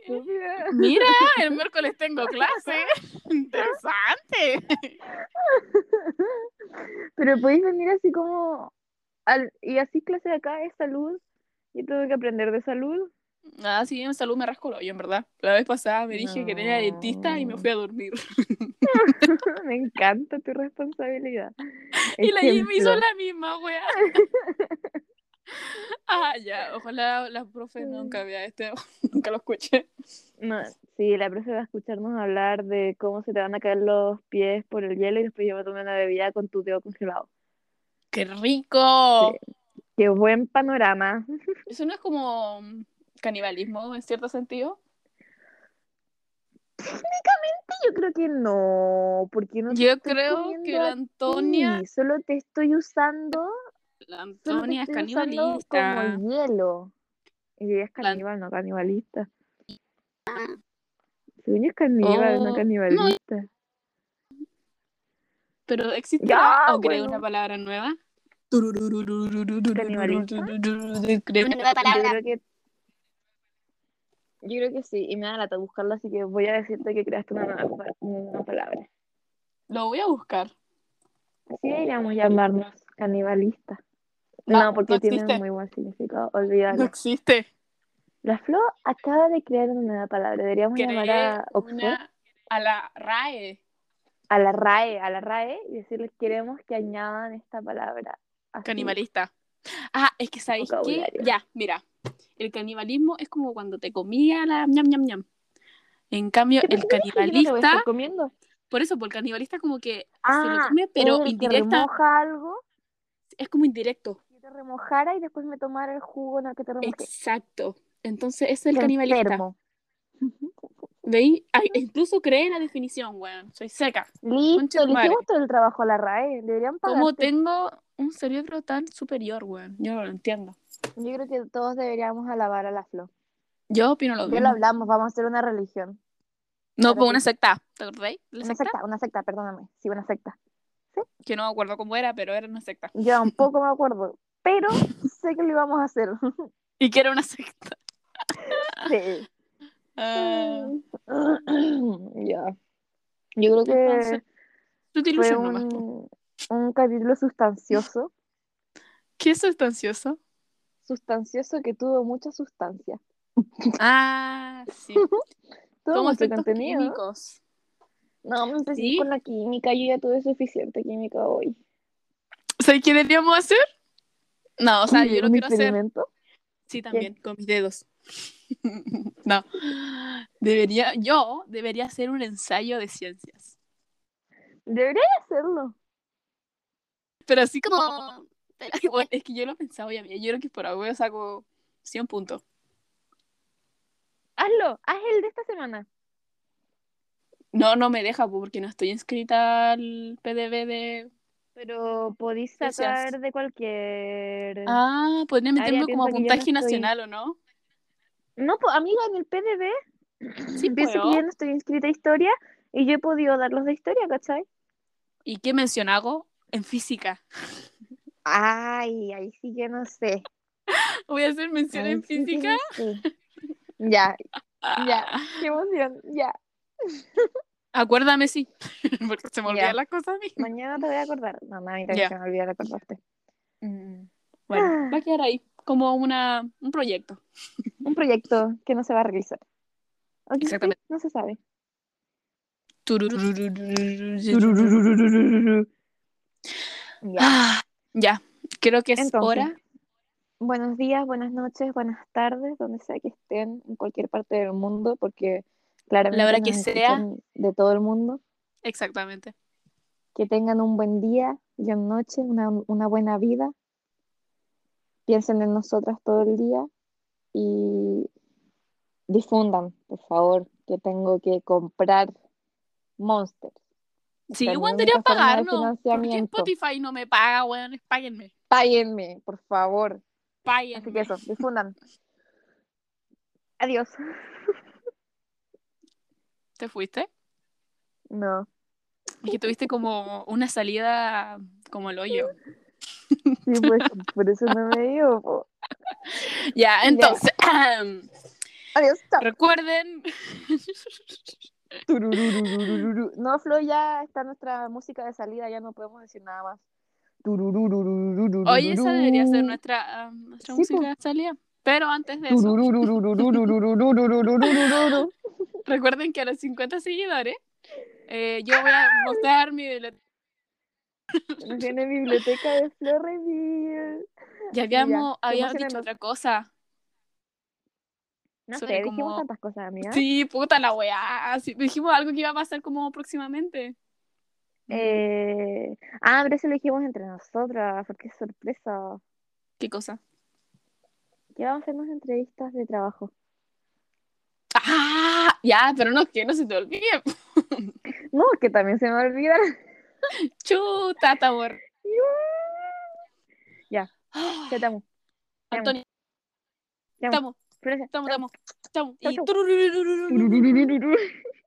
Speaker 1: Mira, el miércoles tengo clase. [LAUGHS] Interesante.
Speaker 2: Pero podéis venir así como al, y así clase de acá es salud. Yo tuve que aprender de salud. [LAUGHS]
Speaker 1: Ah, sí, en salud me rasco el hoyo, en verdad. La vez pasada me dije que tenía dentista y me fui a dormir.
Speaker 2: Me encanta tu responsabilidad.
Speaker 1: Y la Jimmy
Speaker 2: [LAUGHS]
Speaker 1: hizo
Speaker 2: Ejemplo.
Speaker 1: la misma, wea. Ah, ya. Ojalá la profe nunca vea este, [LAUGHS] nunca lo escuche.
Speaker 2: No, sí, la profe va a escucharnos hablar de cómo se te van a caer los pies por el hielo y después yo me tomé una bebida con tu dedo congelado.
Speaker 1: ¡Qué rico!
Speaker 2: Qué buen panorama.
Speaker 1: Eso no es como canibalismo en cierto sentido.
Speaker 2: Técnicamente yo creo que no, porque no te
Speaker 1: Yo
Speaker 2: estoy
Speaker 1: creo
Speaker 2: comiendo
Speaker 1: que la
Speaker 2: a ti,
Speaker 1: Antonia,
Speaker 2: solo te estoy usando,
Speaker 1: la
Speaker 2: solo te
Speaker 1: Antonia es
Speaker 2: estoy usando
Speaker 1: canibalista.
Speaker 2: como hielo. Y ella es caníbal, no canibalista. Según yo es caníbal,
Speaker 1: Ah. Oh,
Speaker 2: no
Speaker 1: no,
Speaker 2: canibalista.
Speaker 1: Pero existe
Speaker 2: Ya,
Speaker 1: o creo
Speaker 2: bueno.
Speaker 1: una palabra nueva.
Speaker 2: ¿Canibalista?
Speaker 1: Creo
Speaker 3: Una
Speaker 1: una
Speaker 3: nueva
Speaker 2: Yo
Speaker 3: palabra.
Speaker 2: creo que yo creo que sí, y me da lata buscarla, así que voy a decirte que creaste una nueva, pa- una nueva palabra.
Speaker 1: Lo voy a buscar.
Speaker 2: Así deberíamos llamarnos canibalistas.
Speaker 1: No,
Speaker 2: No, porque
Speaker 1: no
Speaker 2: tiene
Speaker 1: existe.
Speaker 2: muy buen significado,
Speaker 1: No
Speaker 2: olvídalo.
Speaker 1: [LAUGHS] existe.
Speaker 2: La Flo acaba de crear una nueva palabra, deberíamos llamar
Speaker 1: Creé
Speaker 2: a Oxford,
Speaker 1: una a la RAE.
Speaker 2: a la RAE, a la RAE, y decirles queremos que añadan esta palabra. a su
Speaker 1: Canibalista. Ah, es que sabéis que
Speaker 2: Vocabulario.
Speaker 1: ya, mira, el canibalismo es como cuando te comía la ñam ñam ñam. En cambio,
Speaker 2: ¿Qué
Speaker 1: el
Speaker 2: te dije que yo no te voy a estar
Speaker 1: canibalista,
Speaker 2: comiendo?
Speaker 1: por eso, por el canibalista como que se lo
Speaker 2: Ah,
Speaker 1: come, pero
Speaker 2: el que
Speaker 1: indirecta,
Speaker 2: remoja algo,
Speaker 1: es como indirecto.
Speaker 2: que te remojara y después me tomara el jugo en el que te remojé.
Speaker 1: Exacto. Entonces, ese es el
Speaker 2: Qué
Speaker 1: canibalista.
Speaker 2: enfermo.
Speaker 1: ¿Veis? Ah, Incluso creé la definición, weón. Soy seca. Concha
Speaker 2: Listo,
Speaker 1: tu
Speaker 2: le
Speaker 1: madre.
Speaker 2: hicimos todo el trabajo a la RAE. Deberían
Speaker 1: ¿Cómo
Speaker 2: pagarte.
Speaker 1: tengo un cerebro tan superior, weón? Yo no lo entiendo.
Speaker 2: Yo creo que todos deberíamos alabar a la flor.
Speaker 1: Yo opino lo
Speaker 2: Ya lo
Speaker 1: mismo.
Speaker 2: hablamos, vamos a hacer una religión.
Speaker 1: No,
Speaker 2: Ahora
Speaker 1: pues
Speaker 2: sí.
Speaker 1: una secta. ¿Te acordáis? de La
Speaker 2: Una
Speaker 1: secta?
Speaker 2: secta, una secta, perdóname. Sí, una secta.
Speaker 1: Que no me acuerdo cómo era, pero era una secta.
Speaker 2: Yo tampoco me acuerdo,
Speaker 1: [LAUGHS]
Speaker 2: pero sé que lo íbamos a hacer.
Speaker 1: Y que era una secta.
Speaker 2: Sí.
Speaker 1: Ah,
Speaker 2: [CLEARS THROAT] ya. Yo creo que
Speaker 1: Entonces, tú te
Speaker 2: fue
Speaker 1: ilusionas nomás.
Speaker 2: un, un capítulo sustancioso.
Speaker 1: ¿Qué es sustancioso?
Speaker 2: Sustancioso que tuvo mucha sustancia.
Speaker 1: Ah,
Speaker 2: [LAUGHS]
Speaker 1: sí.
Speaker 2: Tuvo
Speaker 1: Como
Speaker 2: mucho
Speaker 1: efectos
Speaker 2: contenido.
Speaker 1: químicos.
Speaker 2: No, me empecé
Speaker 1: Sí.
Speaker 2: con la química. Yo ya tuve suficiente química hoy.
Speaker 1: ¿Sabes qué deberíamos hacer? No, o sea, yo lo
Speaker 2: ¿Un
Speaker 1: quiero hacer.
Speaker 2: experimento?
Speaker 1: Sí, también, con mis dedos. [LAUGHS] no. Debería, yo debería hacer un ensayo de ciencias.
Speaker 2: Debería hacerlo.
Speaker 1: Pero así como. Bueno, es que yo lo pensaba ya, yo creo que por algo yo saco 100 puntos.
Speaker 2: Hazlo, haz el de esta semana.
Speaker 1: No, no me deja po, porque no estoy inscrita al PDB de.
Speaker 2: Pero podéis
Speaker 1: Gracias.
Speaker 2: sacar de cualquier.
Speaker 1: Ah, podría meterme
Speaker 2: piensa
Speaker 1: como a
Speaker 2: que yo no
Speaker 1: puntaje
Speaker 2: estoy-
Speaker 1: nacional, ¿o no?
Speaker 2: No, po, amiga, en el PDB. [LAUGHS]
Speaker 1: Sí,
Speaker 2: piensa
Speaker 1: puedo.
Speaker 2: que yo no estoy inscrita a historia y yo he podido dar los de historia, ¿cachai?
Speaker 1: ¿Y qué mención hago? En física. [LAUGHS]
Speaker 2: Ay, ahí sí que no sé.
Speaker 1: Voy a hacer mención
Speaker 2: Ahí
Speaker 1: en
Speaker 2: sí que
Speaker 1: física.
Speaker 2: no sé. Ya,
Speaker 1: Ah,
Speaker 2: Ya. qué emoción. Ya,
Speaker 1: Acuérdame, sí. Ah, [LAUGHS] Porque se me olvidan
Speaker 2: Ya.
Speaker 1: las cosas a mí.
Speaker 2: mañana te voy a acordar. No, no, a mí también
Speaker 1: Ya. Mm,
Speaker 2: se me olvida recordarte. Ah,
Speaker 1: Bueno, va a quedar ahí como una, un proyecto.
Speaker 2: Un proyecto que no se va a realizar. ¿O que sí?
Speaker 1: Exactamente.
Speaker 2: No se sabe. Ya.
Speaker 1: Ah, ya, creo que es
Speaker 2: Entonces.
Speaker 1: hora.
Speaker 2: Buenos días, buenas noches, buenas tardes, donde sea que estén, en cualquier parte del mundo, porque claramente
Speaker 1: hora que
Speaker 2: nos
Speaker 1: sea.
Speaker 2: escuchan de todo el mundo.
Speaker 1: Exactamente.
Speaker 2: Que tengan un buen día, una noche, una, una buena vida. Piensen en nosotras todo el día y difundan, por favor, que tengo que comprar Monster.
Speaker 1: Si
Speaker 2: La
Speaker 1: yo podría
Speaker 2: única forma de
Speaker 1: pagarnos, ¿por qué
Speaker 2: financiamiento.
Speaker 1: Spotify no me paga, weón? Páguenme.
Speaker 2: Páguenme, por favor. Así que
Speaker 1: Páguenme.
Speaker 2: eso, [LAUGHS] difundan. Adiós.
Speaker 1: ¿Te fuiste?
Speaker 2: No.
Speaker 1: Es que tuviste como una salida como el hoyo.
Speaker 2: Sí, pues, por eso no me digo. po.
Speaker 1: Ya, entonces, [CLEARS THROAT]
Speaker 2: Adiós, chao.
Speaker 1: recuerden.
Speaker 2: Tururururururu. No, Flo, ya está nuestra música de salida, ya no podemos decir nada más. Turururururururu.
Speaker 1: Oye, esa debería ser nuestra, ah, nuestra
Speaker 2: Sí,
Speaker 1: música de salida. Pero antes de eso, [LAUGHS]
Speaker 2: Turururururururururururururu.
Speaker 1: recuerden que a los 50 seguidores eh, yo voy a mostrar mi biblioteca.
Speaker 2: Viene biblioteca de Flo Review.
Speaker 1: Ya habíamos,
Speaker 2: Ya, ¿qué
Speaker 1: habíamos
Speaker 2: más
Speaker 1: dicho
Speaker 2: tenemos?
Speaker 1: otra cosa.
Speaker 2: No
Speaker 1: Suena
Speaker 2: sé, dijimos
Speaker 1: como-
Speaker 2: tantas cosas, amiga.
Speaker 1: Sí, puta la weá. Sí, dijimos algo que iba a pasar como próximamente.
Speaker 2: Eh, Ah, pero eso lo dijimos entre nosotras, porque es sorpresa.
Speaker 1: ¿Qué cosa?
Speaker 2: Que vamos a hacer unas entrevistas de trabajo.
Speaker 1: ¡Ah! Ya, pero no, que no se te olvide.
Speaker 2: No, que también se me [LAUGHS] olvidan.
Speaker 1: Chuta, tabor.
Speaker 2: Ya.
Speaker 1: Ah,
Speaker 2: Ya estamos.
Speaker 1: Antonio,
Speaker 2: Estamos.
Speaker 1: estamos,
Speaker 2: Florencia,
Speaker 1: estamos, estamos.
Speaker 2: Chau,
Speaker 1: estamos. Y
Speaker 2: chau.
Speaker 1: tururururururu.
Speaker 4: Turururururu.